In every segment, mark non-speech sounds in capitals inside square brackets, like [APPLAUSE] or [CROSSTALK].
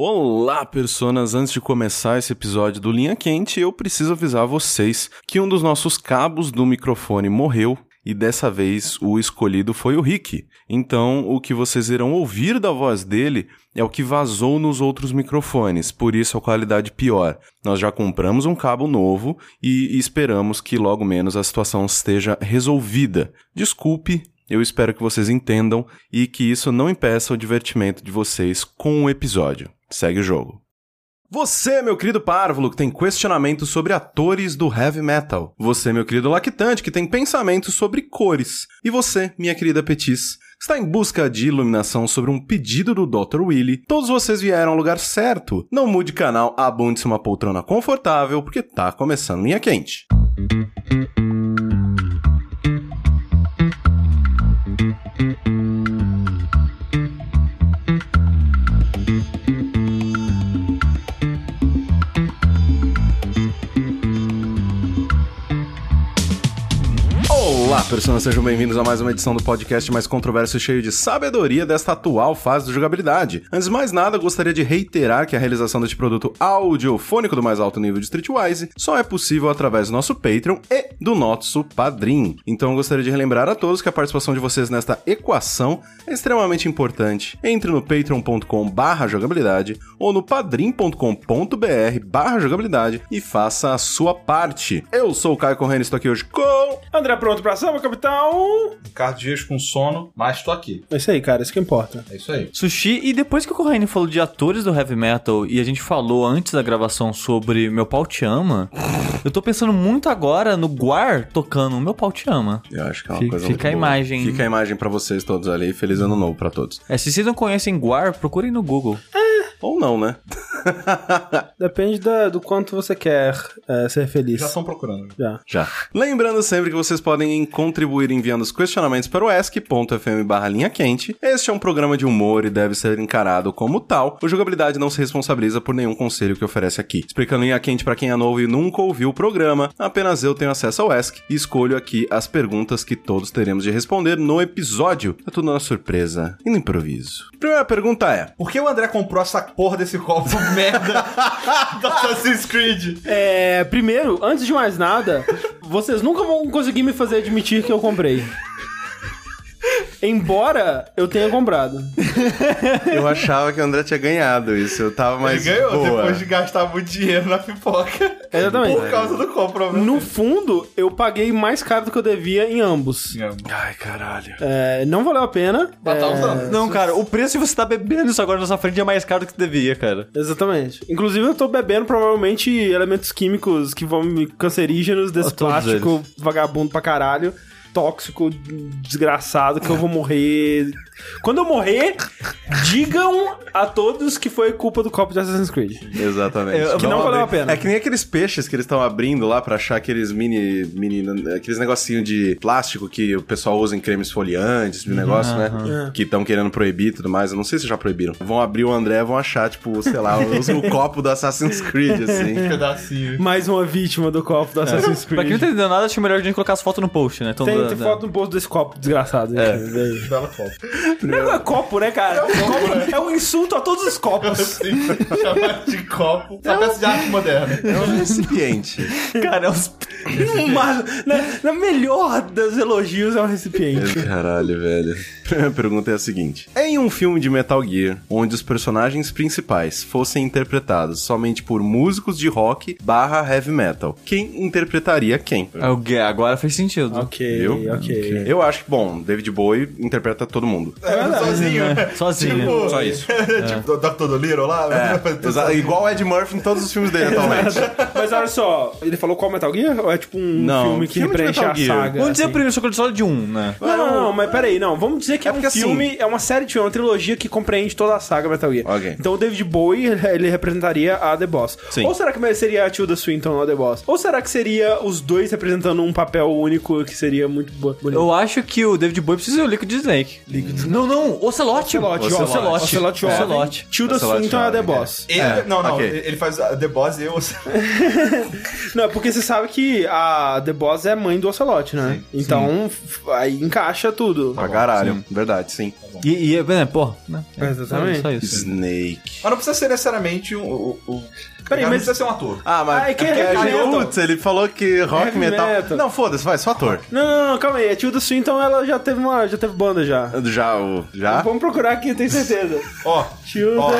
Olá, personas! Antes de começar esse episódio do Linha Quente, eu preciso avisar vocês que um dos nossos cabos do microfone morreu e dessa vez o escolhido foi o Rick. Então, o que vocês irão ouvir da voz dele é o que vazou nos outros microfones, por isso a qualidade pior. Nós já compramos um cabo novo e esperamos que logo menos a situação esteja resolvida. Desculpe, eu espero que vocês entendam e que isso não impeça o divertimento de vocês com o episódio. Segue o jogo. Você, meu querido párvulo, que tem questionamentos sobre atores do heavy metal. Você, meu querido lactante, que tem pensamentos sobre cores. E você, minha querida Petis, que está em busca de iluminação sobre um pedido do Dr. Willy. Todos vocês vieram ao lugar certo. Não mude canal, abunde-se uma poltrona confortável, porque tá começando linha quente. Olá, pessoas, sejam bem-vindos a mais uma edição do podcast mais controverso e cheio de sabedoria desta atual fase de jogabilidade. Antes de mais nada, gostaria de reiterar que a realização deste produto audiofônico do mais alto nível de Streetwise só é possível através do nosso Patreon e do nosso Padrim. Então, eu gostaria de relembrar a todos que a participação de vocês nesta equação é extremamente importante. Entre no patreon.com barra jogabilidade ou no padrim.com.br barra jogabilidade e faça a sua parte. Eu sou o Caio Corrêa e estou aqui hoje com... André, pronto pra samba, capitão? Ricardo Dias com sono, mas tô aqui. É isso aí, cara, isso que importa. É isso aí. Sushi, e depois que o Corraine falou de atores do heavy metal e a gente falou antes da gravação sobre Meu Pau Te Ama, eu tô pensando muito agora no Guar tocando Meu Pau Te Ama. Eu acho que é uma Fica- coisa fica muito a boa. imagem. Fica a imagem pra vocês todos ali. Feliz ano novo pra todos. É, se vocês não conhecem Guar, procurem no Google. Ou não, né? [LAUGHS] Depende da- do quanto você quer é, ser feliz. Já estão procurando. Já. Já. Lembrando sempre que vocês podem contribuir enviando os questionamentos para o esc.fm barra linha quente. Este é um programa de humor e deve ser encarado como tal. O Jogabilidade não se responsabiliza por nenhum conselho que oferece aqui. Explicando linha quente para quem é novo e nunca ouviu o programa, apenas eu tenho acesso ao ESC e escolho aqui as perguntas que todos teremos de responder no episódio. É tudo na surpresa e no improviso. Primeira pergunta é... Por que o André comprou essa porra desse copo [LAUGHS] merda do Assassin's Creed? É, primeiro, antes de mais nada, [LAUGHS] vocês nunca vão conseguir me fazer admitir que eu comprei. Embora eu tenha comprado. Eu achava que o André tinha ganhado isso. Eu tava mais. Ele ganhou boa. depois de gastar muito dinheiro na pipoca. Exatamente. Por causa do copo, né? provavelmente. é. No fundo, eu paguei mais caro do que eu devia em ambos. Ai, caralho. É, não valeu a pena. Mas tá é, usando. Não, cara, o preço de você tá bebendo isso agora na sua frente é mais caro do que devia, cara. Exatamente. Inclusive, eu tô bebendo provavelmente elementos químicos que vão me cancerígenos desse Ah, todos plástico vagabundo pra caralho. Tóxico, desgraçado, que eu vou morrer. Quando eu morrer, digam a todos que foi culpa do copo de Assassin's Creed. Exatamente. É, Que não Vamos valeu a abrir. pena. É que nem aqueles peixes que eles estão abrindo lá pra achar aqueles mini, mini. aqueles negocinho de plástico que o pessoal usa em creme esfoliante, esse negócio, né? Que estão querendo proibir e tudo mais. Eu não sei se já proibiram. Vão abrir o André vão achar, tipo, sei [LAUGHS] lá, o, o copo do Assassin's Creed, assim. Um Pedacinho. Mais uma vítima do copo do Assassin's Pra quem não Creed. tá entendendo nada, acho melhor a gente colocar as fotos no post, né? Então, Tem, da- tem da- [LAUGHS] foto no bolso desse copo, desgraçado. É. Bela copo. Não é copo, né, cara? Copo é um insulto a todos os [LAUGHS] copos. Assim, [LAUGHS] chamar de copo. É uma peça de arte moderna. É um recipiente. Cara, é uns... [LAUGHS] Uma- Um né? na, na melhor dos elogios é um recipiente. Caralho, velho. Primeira pergunta é [LAUGHS] a seguinte: Em um filme de Metal Gear, onde os personagens principais fossem interpretados somente por músicos de rock barra heavy metal, quem interpretaria quem? Ah, o Gui, Agora fez sentido. Ok, Eu? Ah, ok. Eu acho que, bom, David Bowie interpreta todo mundo. Sozinho. É, sozinho. Tipo, Só isso. [LAUGHS] tipo, do Dr. Dolittle lá. É, né? Tudo Exa- sozinho. igual o Ed Murphy em todos os filmes dele atualmente. Mas olha só, ele falou qual Metal Gear? Ou é tipo um Não, filme que filme de preenche Metal a Gear. saga? Vamos dizer assim? primeiro, só que ele só de um, né? Não, não, não, mas peraí, não. Vamos dizer que é, É porque um filme, assim- é uma série de filme, é uma trilogia que compreende toda a saga Metal Gear. Ok. Então o David Bowie, ele representaria a The Boss. Sim. Ou será que seria a Tilda Swinton a The Boss? Ou será que seria os dois representando um papel único que seria muito boa. bonita. Eu acho que o David Bowie precisa do Liquid Snake. Não, não, Ocelote. Ocelote, Ocelote. Ocelote jovem. Tilda Ocelote Swinton é a The jovem, Boss. Ele, É, não, não, ok. ele faz a The Boss e eu. [LAUGHS] Não, é porque você sabe que a The Boss é mãe do Ocelote, né? então, f- aí encaixa tudo. Tá Pra caralho. Verdade, sim. E, e né, pô, né? Exatamente. Só isso. Snake. Mas não precisa ser necessariamente um. O, o, Peraí, não mas- precisa ser um ator. Ah, mas. Ah, é que é porque a heavy gente- metal. Putz, ele falou que rock Heavy metal. metal. Não, foda-se, vai, só ator. Não, não, não, calma aí. A Tilda Swinton, ela já teve uma... já teve banda já. Já, o. Tá. Já? Vamos procurar aqui, eu tenho [LAUGHS] certeza. Ó, Tilda... ó,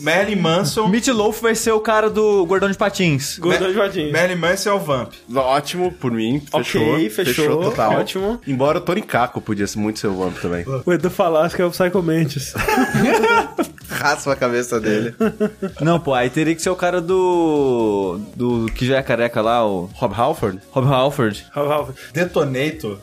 Marilyn Manson. Meat Loaf vai ser o cara do Gordão de Patins. Gordão de Jardim. Marilyn Manson é o Vamp. Ótimo, por mim. Fechou. Ok, fechou, total. ótimo. Embora o Tony Caco podia ser muito seu vamp também. O Edu Falasca é o Psycho [LAUGHS] Mantis. Raspa a cabeça dele. Não, pô, aí teria que ser o cara do. do que já é careca lá, o Rob Halford? Rob Halford. Detonator.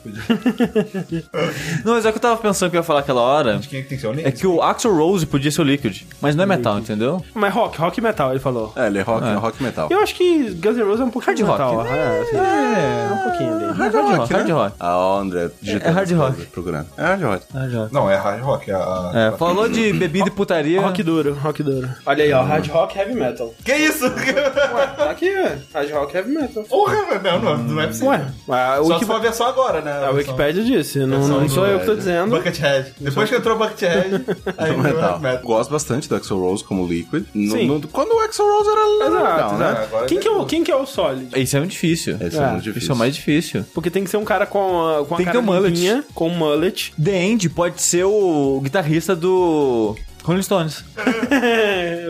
Não, mas é o que eu tava pensando que eu ia falar aquela hora. Quem é que tem que ser o É Nick? que o Axel Rose podia ser o Liquid, mas não é metal, entendeu? Mas rock, rock e metal, ele falou. É, ele é rock, é rock metal. Eu acho que Guns N' Roses é um pouquinho Hard metal. rock, né? É, assim, é, um pouquinho ali. Hard rock, né? hard rock. A André é digitando hard as rock. coisas, procurando. É hard rock. Hard rock. Não, é hard rock. É a... É, falou de bebida e putaria. É. Rock duro, rock duro. Olha aí, ó, hard rock heavy metal. É. Que isso? [LAUGHS] Tá aqui, velho. Hard rock heavy metal. Porra, velho. Não, não, não é possível. Hum, Ué, a, Só Wiki- É se for a versão agora, né? a versão- Wikipédia É disse, não, um não sou eu que tô dizendo. Buckethead. Depois que entrou Buckethead, [LAUGHS] Então, aí é entrou metal. Black Metal. Gosto bastante do Axel Rose como Liquid. No- Sim. no- quando o Axel Rose era legal, Exato, né? exato. Agora Quem, que é o, deu. quem que é o Solid? Isso é muito difícil. Esse É, é muito difícil. Isso é o mais difícil. Porque tem que ser um cara com a, com a Tem que cara ter um mullet. limpinha, com um mullet. [LAUGHS] The End pode ser o guitarrista do Rolling Stones.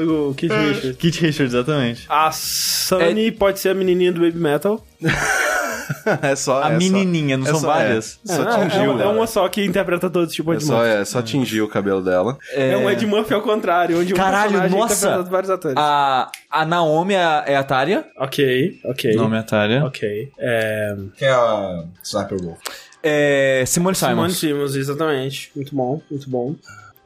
o Kid Richards. Kit Richards, exatamente. A É. Sunny pode ser a menininha do Baby Metal. [LAUGHS] é só A é só- menininha, não é são só- várias? É, só É, é, tingiu. uma- é uma só que interpreta todo tipo É de só, música. é, só atingir o cabelo dela. [LAUGHS] É... um Ed Murphy ao contrário, onde Caralho, um personagem é nossa! Ah. interpretado por vários atores. A, a Naomi é a, é a Tária. Ok, ok. Nome é Tária. Ok. É... Quem é a Sniper Wolf? É, Simone Simone Simons. Simmons, exatamente. Muito bom, muito bom.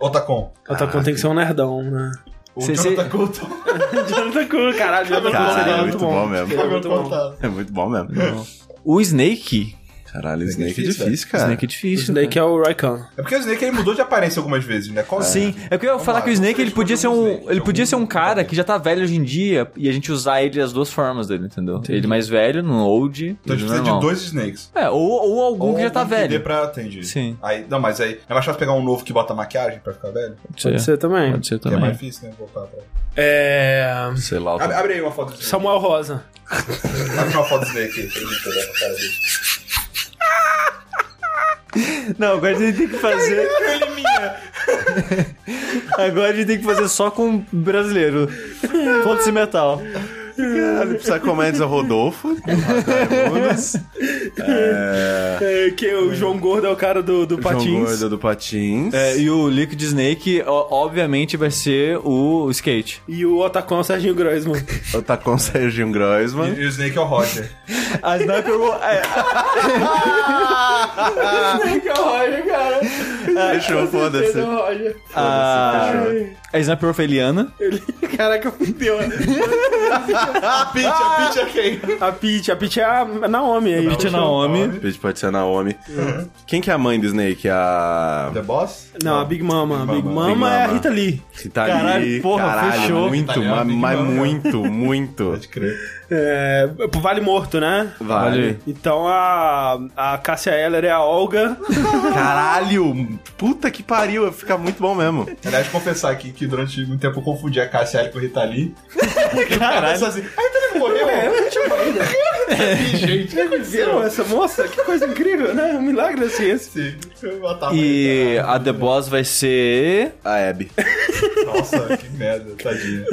Otacon. Otacon tem que ser um nerdão, né? O tá Cê- Jonathan cê- Coulton. [LAUGHS] Jonathan Kuhn, caralho, Jonathan Kuhn Caralho, seria é muito bom. mesmo. Seria muito bom. É muito bom mesmo. O Snake. Caralho, Snake é Snake é difícil, difícil, cara. [LAUGHS] Snake é difícil. Snake é o Raikkon. É porque o Snake ele mudou de aparência algumas vezes, né? Qual Sim, é que eu ia Vamos falar lá, que o Snake ele vamos podia ser escolher um um, Snake, ele podia algum- ser um cara que já tá velho hoje em dia e a gente usar ele as duas formas dele, entendeu? Ele mais velho no old, Então a ele gente precisa no normal. de dois Snakes. É, ou, ou algum Ou que já tá algum que dê velho. pra atingir. Sim. Aí, não, mas aí é mais fácil pegar um novo que bota maquiagem pra ficar velho. Pode Pode ser também. Pode ser Que é também. mais difícil, né? Voltar pra... É... Sei lá. Abre, abre aí uma foto do Snake. Samuel Rosa. Abre uma foto do Snake aí pra gente olhar pra cara dele. Não, agora a gente tem que fazer. [LAUGHS] agora a gente tem que fazer só com brasileiro. Foda-se metal. Caralho, Psychomantis é o Rodolfo. Raimundos, É, que o João Gordo é o cara do, do João Patins. Gordo do Patins. É, e o Liquid Snake, ó, obviamente, vai ser o skate. E o Otacon é o Serginho Groisman. tá O Tacon Serginho Groisman. E o Snake é o Roger. A Sniper é, Wolf. Snake é o Roger, cara. Ah, Fechou, foda-se. Ele é o Roger. A, a Sniper Wolf é Eliana. Ele... Caraca, fudeu. [LAUGHS] Ah, Peach, a Peach é quem? A Peach, a Peach é a Naomi aí. Pitch Naomi. Pitch pode ser a Naomi. Uhum. Quem que é a mãe do Snake? A. The Boss? Não, a Big Mama. Big Mama, Big Mama. Big é a Mama. Rita Lee. Que tá Caralho, ali. porra, Caralho, fechou. Muito, Italiano, mas, Big mas Mama. muito, muito. Pode crer. É, pro Vale Morto, né? Vale. Então a, a Cássia Eller é a Olga. Caralho, puta que pariu, vai ficar muito bom mesmo. Aliás, confessar aqui que durante muito tempo eu confundi a Cassia L com a Rita Lee. [LAUGHS] Caralho. É. Assim, a Rita Lee morreu? gente, que É, Viram essa moça? Que coisa incrível, né? Um milagre da ciência. Sim, eu matava E ele, cara. a The Boss vai ser. A Abby. Nossa, que merda, tadinha.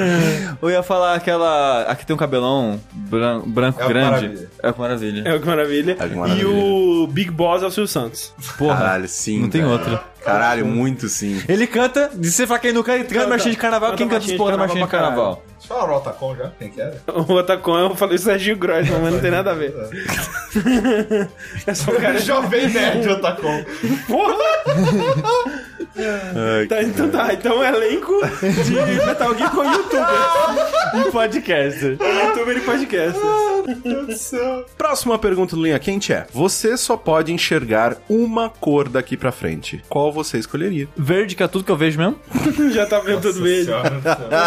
Eu ia falar aquela. Aqui tem um cabelão bran- branco É o grande. Maravilha. É com maravilha. É o que maravilha. É o que E maravilha. o Big Boss é o Silvio Santos. Porra. Caralho, sim. Não tem velho. outra. Caralho, muito sim. Ele canta, se você falar quem não canta, ele canta Canta. marchinha de carnaval, Canta quem canta marchinha os de porra da carnaval marchinha de pra caralho. carnaval? Deixa eu falar o Otacon já, quem que era? O Otacon, eu falei o Serginho Grossman, mas não tem nada a ver. [LAUGHS] É só o cara... Jovem Nerd [LAUGHS] Otacon. Porra! Ai, Tá, então tá, então é elenco de Metal Gear com youtuber. E podcast. Youtuber e podcaster. Meu Deus do céu. então, Próxima pergunta do Linha Quente é: Você só pode enxergar uma cor daqui pra frente. Qual você escolheria? Verde, que é tudo que eu vejo mesmo? Já tá vendo tudo verde.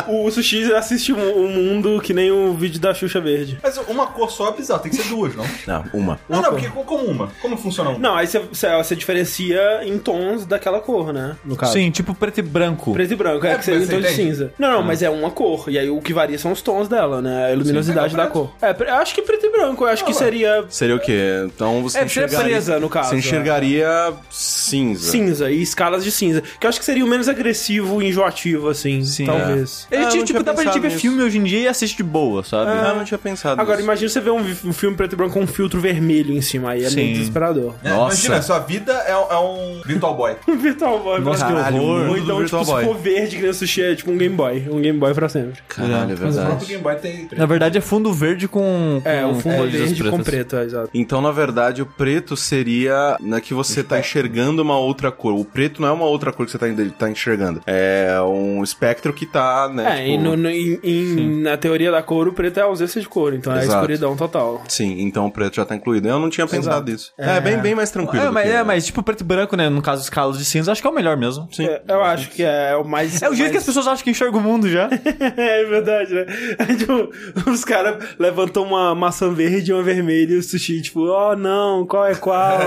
O Sushi assiste o o mundo que nem o vídeo da Xuxa Verde. Mas uma cor só é bizarro, tem que ser duas, não? Não, uma. Não, não, porque co- como uma? Como funciona uma? Não, aí você, você- você diferencia em tons daquela cor, né? No caso. Sim, tipo preto e branco. Preto e branco, é, É, que seria mas em você tons de entende? cinza. Não, não, mas é uma cor. E aí o que varia são os tons dela, né? A luminosidade Sim. da cor. É, pre- acho que preto e branco, eu acho que ué. seria. Seria o quê? Então você É, seria enxergaria. presa, no caso. Você é. enxergaria É. cinza. Cinza e escalas de cinza. Que eu acho que seria o menos agressivo e enjoativo, assim. Sim. talvez. Ah, eu Ele, tipo, não tinha tipo, dá pra gente pensado ver nisso. filme hoje em dia e assiste de boa, sabe? Ah, eu não tinha pensado Agora, nisso. imagina você ver um, vi- um filme preto e branco com um filtro vermelho em cima. Aí é Sim. meio desesperador. [LAUGHS] É, Nossa. Imagina, sua vida é, é um Virtual [LAUGHS] Boy. Um Virtual Boy, Nossa, pra que sempre. horror. Ou Mundo do então, Virtual tipo, Boy. se for verde, que nem o sushi, é tipo um Game Boy. Um Game Boy pra sempre. Caralho, é Mas o próprio verdade. Game Boy tem. Na verdade, é fundo verde com. É, com o fundo cores verde com pretas. preto, é, exato. Então, na verdade, o preto seria na que você tá enxergando uma outra cor. O preto não é uma outra cor que você tá, en- tá enxergando. É um espectro que tá, né? É, tipo- e no- no- em- em- na teoria da cor, o preto é a ausência de cor, então é a Exato. escuridão total. Sim, então o preto já tá incluído. Eu não tinha pensado nisso. É, bem, bem mais tranquilo. É do mas, que- é, mas tipo preto e branco, né? No caso, escalas de cinza, acho que é o melhor mesmo. Sim. É, eu acho que é o mais. É o jeito que as mais- pessoas acham que enxerga o mundo já. [LAUGHS] É verdade, né? Aí, tipo, os caras levantam uma maçã verde e uma vermelha e o sushi, tipo, oh não, qual é qual?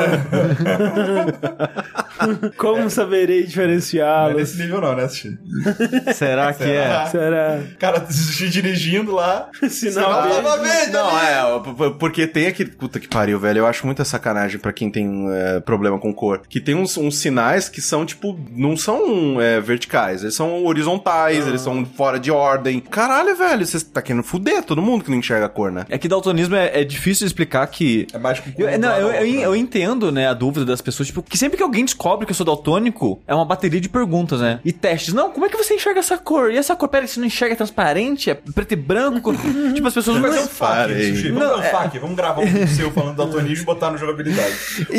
[LAUGHS] Como saberei Não é diferenciá-los? nesse nível, não, né, Sushi? [LAUGHS] Será que é? Será? Cara, [LAUGHS] Sushi dirigindo lá. Sinal Sinal verde. tava verde, Não, né? é, p- p- porque tem aquele. Puta que pariu, velho. Eu acho muita sacanagem pra quem tem é, problema com cor. Que tem uns, uns sinais que são, tipo, não são é, verticais, eles são horizontais, eles são fora de ordem. Caralho, velho, você tá querendo fuder todo mundo que não enxerga a cor, né? É que daltonismo é, é difícil explicar que. É mais com Eu- com- não, eu, eu, outra, eu né? entendo, né, a dúvida das pessoas, tipo, que sempre que alguém descobre que eu sou daltônico, é uma bateria de perguntas, né? E testes. Não, como é que você enxerga essa cor? E essa cor, pera, você não enxerga é transparente? É preto e branco? [LAUGHS] tipo, as pessoas não Vamos fazer um fac, Parei. Sushi. Vamos Não, é. fazer um fac. Vamos gravar um seu [LAUGHS] falando do daltonismo e botar no jogabilidade.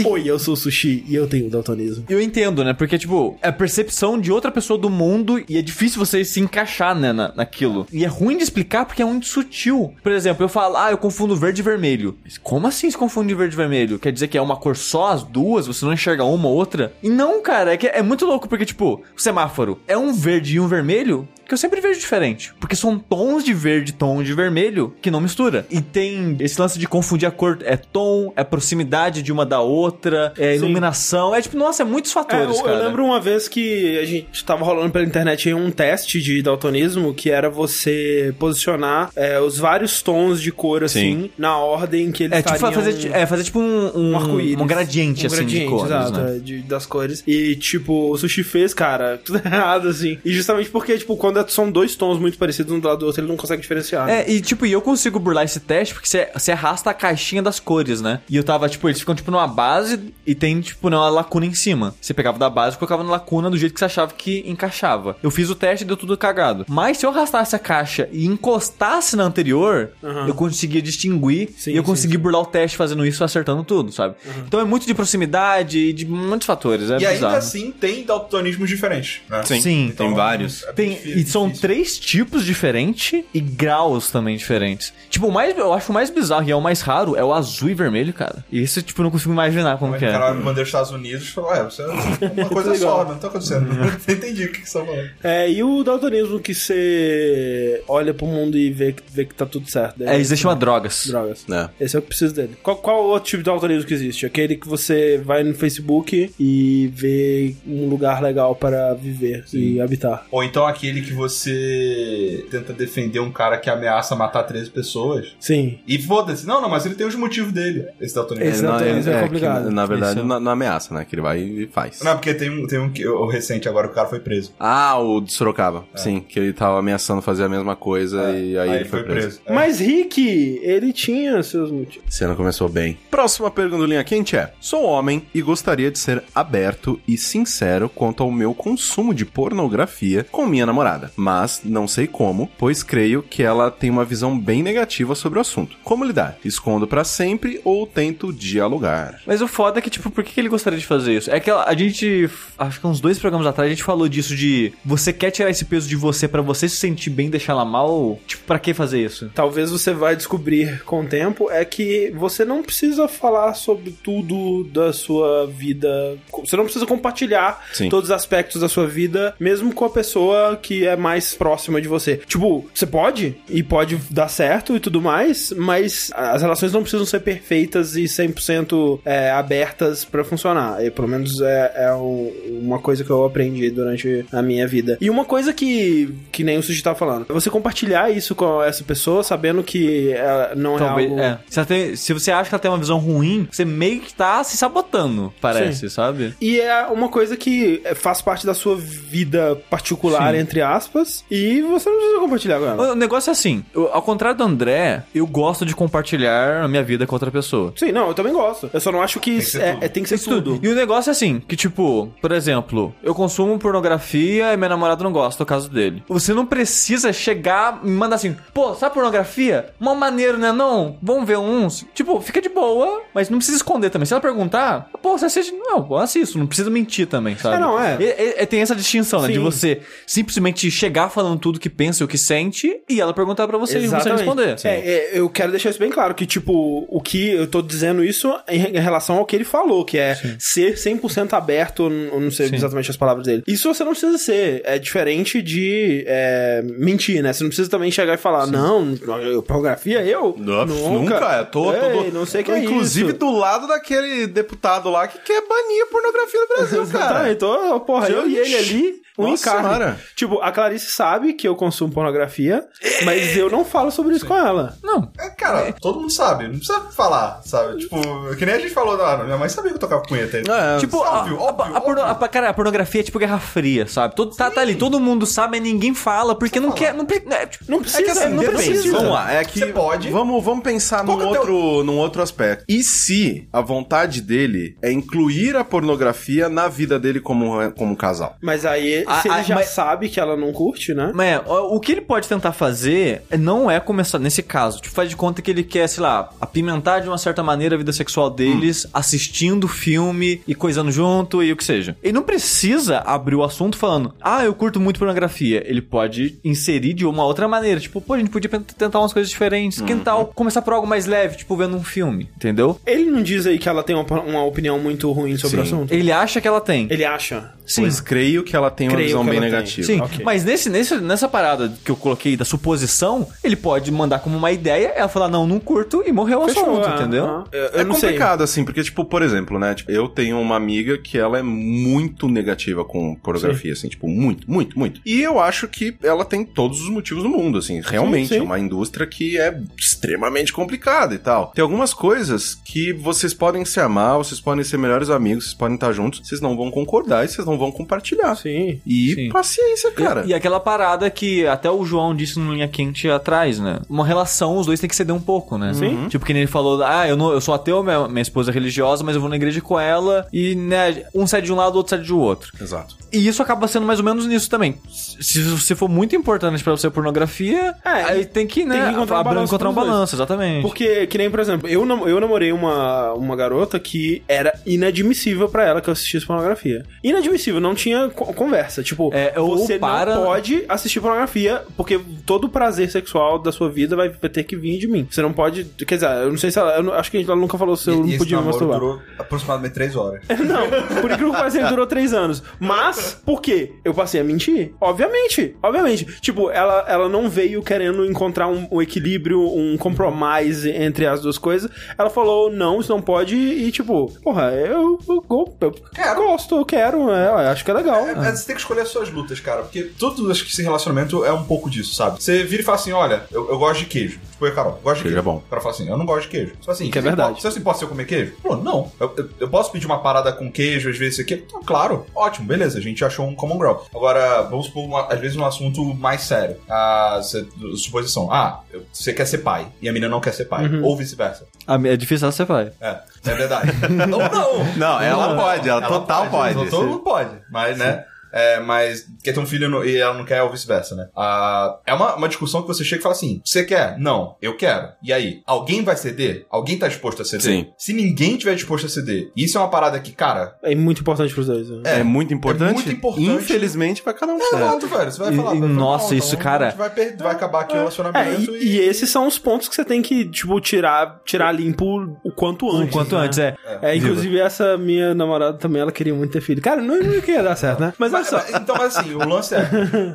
Oi, eu sou o sushi e eu tenho daltonismo. Eu entendo, né? Porque, tipo, é a percepção de outra pessoa do mundo e é difícil você se encaixar, né, na, naquilo. E é ruim de explicar porque é muito sutil. Por exemplo, eu falo, ah, eu confundo verde e vermelho. Mas como assim se confunde verde e vermelho? Quer dizer que é uma cor só, as duas? Você não enxerga uma ou outra? E não, cara, é que é muito louco porque, tipo, o semáforo é um verde e um vermelho que eu sempre vejo diferente. Porque são tons de verde e tom de vermelho que não mistura. E tem esse lance de confundir a cor. É tom, é proximidade de uma da outra, é Sim. iluminação. É tipo, nossa, é muitos É, eu, fatores, eu cara. lembro uma vez que a gente tava rolando pela internet aí um teste de daltonismo que era você posicionar é, os vários tons de cor assim na ordem que eles É tipo estariam- fazer, é, fazer tipo um, um, um arco-íris. um gradiente, assim, de cores, exato, né? é, de- das cores. E, tipo, o sushi fez, cara, [LAUGHS] tudo errado, assim. E justamente porque, tipo, quando são dois tons muito parecidos um do lado do outro, ele não consegue diferenciar. né? É, e tipo, e eu consigo burlar esse teste porque você você arrasta a caixinha das cores, né? E eu tava, tipo, eles ficam tipo numa base e tem, tipo, né, uma lacuna em cima. Você pegava da base e colocava na lacuna do jeito que você achava que encaixava. Eu fiz o teste e deu tudo cagado. Mas se eu arrastasse a caixa e encostasse na anterior, Aham. eu conseguia distinguir Sim, e eu sim, consegui burlar o teste fazendo isso, acertando tudo, sabe? Então é muito de proximidade e de muitos fatores. É e ainda bizarro. assim tem daltonismos diferentes. Né? Sim. Sim. Então, Tem vários. é Tem, difícil, e são difícil. três tipos diferentes e graus também diferentes. Tipo, o mais, eu acho o mais bizarro e é o mais raro é o azul e vermelho, cara. E isso, tipo, eu não consigo imaginar como Mas que o cara é. mandou os Estados Unidos e falou: é, [LAUGHS] você é uma coisa só, não tá acontecendo. Uhum. [LAUGHS] Não entendi o que que você tá falando. É, e o daltonismo que você olha pro mundo e vê, que- vê que tá tudo certo. né? É, isso se chama drogas. Drogas. É. Esse é o que precisa dele. Qual, qual outro tipo de daltonismo que existe? Aquele que você vai no Facebook e vê um lugar legal para viver e habitar. Ou então aquele que você tenta defender um cara que ameaça matar 13 pessoas. Sim. E foda-se. Não, não, mas ele tem os motivos dele, esse daltonismo. Esse daltonismo é um- complicado. que, na verdade, Isso. na, na ameaça, né? Que ele vai e faz. Não, porque tem um, tem um que, o recente agora, o cara foi preso. Ah, o de Sorocaba. Sim, que ele tava ameaçando fazer a mesma coisa e É. aí, ele foi, preso. É. Mas Rick, ele tinha seus motivos. Você não começou bem. Próxima pergunta do Linha Quente é: Sou homem e gostaria de ser aberto e sincero quanto ao meu consumo de pornografia com minha namorada. nada. Mas não sei como, pois creio que ela tem uma visão bem negativa sobre o assunto. Como lidar? Escondo pra sempre ou tento dialogar? Mas o foda é que, tipo, por que ele gostaria de fazer isso? É que a gente, acho que uns dois programas atrás, a gente falou disso de você quer tirar esse peso de você pra você se sentir bem, deixar ela mal? Tipo, pra que fazer isso? Talvez você vai descobrir com o tempo é que você não precisa falar sobre tudo da sua vida. Você não precisa compartilhar Sim. todos os aspectos da sua vida, mesmo com a pessoa que é mais próxima de você. Tipo, você pode e pode dar certo e tudo mais, mas as relações não precisam ser perfeitas e 100% é, abertas pra funcionar. E, pelo menos é, é um- uma coisa que eu aprendi durante a minha vida. E uma coisa que, que nem o Suji tava falando, é você compartilhar isso com essa pessoa sabendo que ela não é Talvez, algo... é. Se, ela tem- se você acha que ela tem uma visão ruim, você meio que tá se sabotando, parece, sabe? E é uma coisa que faz parte da sua vida particular, Sim. entre aspas, e você não precisa compartilhar com ela. O negócio é assim, eu- ao contrário do André, eu gosto de compartilhar a minha vida com outra pessoa. Sim, não, eu também gosto. Eu só não acho que que ser é- tudo. é- tem que ser tudo. E o negócio é assim, que tipo, por exemplo, eu consumo pornografia e meu namorado não gosta, é o caso dele. Você não precisa chegar e mandar assim, pô, sabe pornografia? Mó maneiro, né não? Vamos ver uns? Tipo, fica de boa, mas não precisa esconder também. Se ela perguntar, pô, você assiste? Não, eu assisto, não precisa mentir também, sabe? É, não, é. E- e- e tem essa distinção, né? De Sim. você simplesmente chegar falando tudo que pensa e o que sente e ela perguntar pra você e você responder. É, é, eu quero deixar isso bem claro, que, tipo, o que eu tô dizendo isso em em relação ao que ele falou, que é ser 100% aberto, eu não eu não sei Sim. exatamente as palavras dele. Isso você não precisa ser, é diferente de é, mentir, né? Você não precisa também chegar e falar, não, eu- pornografia eu? Nossa, nunca, eu tô- tô- Ei, tô- não sei o que é Inclusive isso. do lado daquele deputado lá que quer banir a pornografia no Brasil, Tá, cara. então, porra, eu e ele ali, um Nossa encarne. senhora. Tipo, a Clarice sabe que eu consumo pornografia, mas eu não falo sobre isso com ela. Não, É, cara, todo mundo sabe, não precisa falar, sabe? Tipo, que nem a gente falou, ah, minha mãe sabia que eu tocava punheta. É, Tipo, a- Óbvio, a, óbvio, a porno- óbvio. a- cara, a pornografia é tipo Guerra Fria, sabe? Todo, tá, tá ali, todo mundo sabe, mas ninguém fala, porque não quer. Não, pre- é, tipo, Não precisa, assim, não depende. precisa. Vamos lá, é que Você pode. Vamos, vamos pensar num Qual que é o outro, num outro aspecto. E se a vontade dele é incluir a pornografia na vida dele como, como casal? Mas aí, Ah, se ele ah, já mas- sabe que ela não curte, né? Mas é, o o que ele pode tentar fazer não é começar nesse caso. Tipo, faz de conta que ele quer, sei lá, apimentar de uma certa maneira a vida sexual deles, assistindo filme e coisando junto e o que seja. Ele não precisa abrir o assunto falando, ah, eu curto muito pornografia. Ele pode inserir de uma outra maneira. Tipo, pô, a gente podia pen- tentar umas coisas diferentes. Que tal começar por algo mais leve, tipo vendo um filme, entendeu? Ele não diz aí que ela tem uma, uma opinião muito ruim sobre o Sim. assunto? Ele acha que ela tem. Ele acha. Sim. Pois creio que ela tem uma Creio visão que bem ela tem. negativa. Sim, Ok. mas nesse, nesse, nessa parada que eu coloquei da suposição, ele pode mandar como uma ideia, ela falar, não, não curto, e morreu o assunto, ah, entendeu? ah. Eu, eu É não sei. complicado, assim, porque, tipo, por exemplo, né? tipo, eu tenho uma amiga que ela é muito negativa com pornografia, assim, tipo, muito, muito, muito. E eu acho que ela tem todos os motivos do mundo, assim, realmente. sim. É uma indústria que é extremamente complicada e tal. Tem algumas coisas que vocês podem se amar, vocês podem ser melhores amigos, vocês podem estar juntos, vocês não vão concordar e vocês não vão compartilhar. Sim. E Sim. paciência, cara. E, e aquela parada que até o João disse no Linha Quente atrás, né? Uma relação, os dois têm que ceder um pouco, né? Sim. Tipo, que nem ele falou, ah, eu, não, eu sou ateu, minha, minha esposa é religiosa, mas eu vou na igreja com ela, e né, um sai de um lado, o outro sai do outro. Exato. E isso acaba sendo mais ou menos nisso também. Se, se for muito importante pra você a pornografia, É, aí tem que, né, tem que encontrar um abrir- balanço encontrar um pros dois. balanço, exatamente. Porque, que nem, por exemplo, eu, nam- eu namorei uma, uma garota que era inadmissível pra ela que eu assistisse pornografia. Inadmissível, não tinha co- conversa. Tipo, É, ou você para- não pode assistir pornografia, porque todo o prazer sexual da sua vida vai vai ter que vir de mim. Você não pode. Quer dizer, eu não sei se ela. eu não- acho que ela nunca falou se eu E não esse podia me namoro masturbar. durou aproximadamente três horas. [LAUGHS] Não, por incrível que pareça, ele durou três anos. Mas, por quê? Eu passei a mentir? Obviamente, obviamente. Tipo, ela, ela não veio querendo encontrar um, um equilíbrio, um compromise entre as duas coisas. Ela falou, não, isso não pode. E, tipo, porra, eu, eu, go- eu Quero. gosto, eu quero, é, eu acho que é legal. É, mas você tem que escolher as suas lutas, cara. Porque tudo acho que esse relacionamento é um pouco disso, sabe? Você vira e fala assim: olha, eu, eu gosto de queijo. Tipo, eu, e Carol, gosto de Queijo queijo. é bom. O cara fala assim: eu não gosto de queijo. Tipo assim, Que é você verdade. pode- Você se importa se eu comer queijo? Pô, não. Eu, eu- eu posso pedir uma parada com queijo, às vezes isso aqui? Então, claro, ótimo, beleza. A gente achou um common ground. Agora, vamos supor, uma- às vezes, um assunto mais sério. Ah, você- suposição: ah, eu- você quer ser pai e a menina não quer ser pai. Uhum. Ou vice-versa. Ah, É difícil, você vai. É, é verdade. [LAUGHS] Ou não. Não, ela pode, ela total pode. Todo mundo pode, mas, né? é, mas quer ter um filho no- e ela não quer, ou vice-versa, né? Ah, é uma, uma discussão que você chega e fala assim: você quer? Não, eu quero. E aí? Alguém vai ceder? Alguém tá disposto a ceder? Sim. Se ninguém tiver disposto a ceder, isso é uma parada que, cara. É muito importante pros dois. né? É, muito importante. muito importante. Infelizmente, pra cada um. É, É. Exato, velho. Você vai E- falar. e vai falar, nossa, "Não, isso, então cara- a gente Vai, per- vai acabar aqui o É, relacionamento e, e esses são os pontos que você tem que, tipo, tirar, tirar limpo o quanto antes. O quanto né? antes, é. É, inclusive essa minha namorada também, ela queria muito ter filho. Cara, não, não ia dar certo, né? Mas olha Mas, só. mas- então, mas assim, o lance é.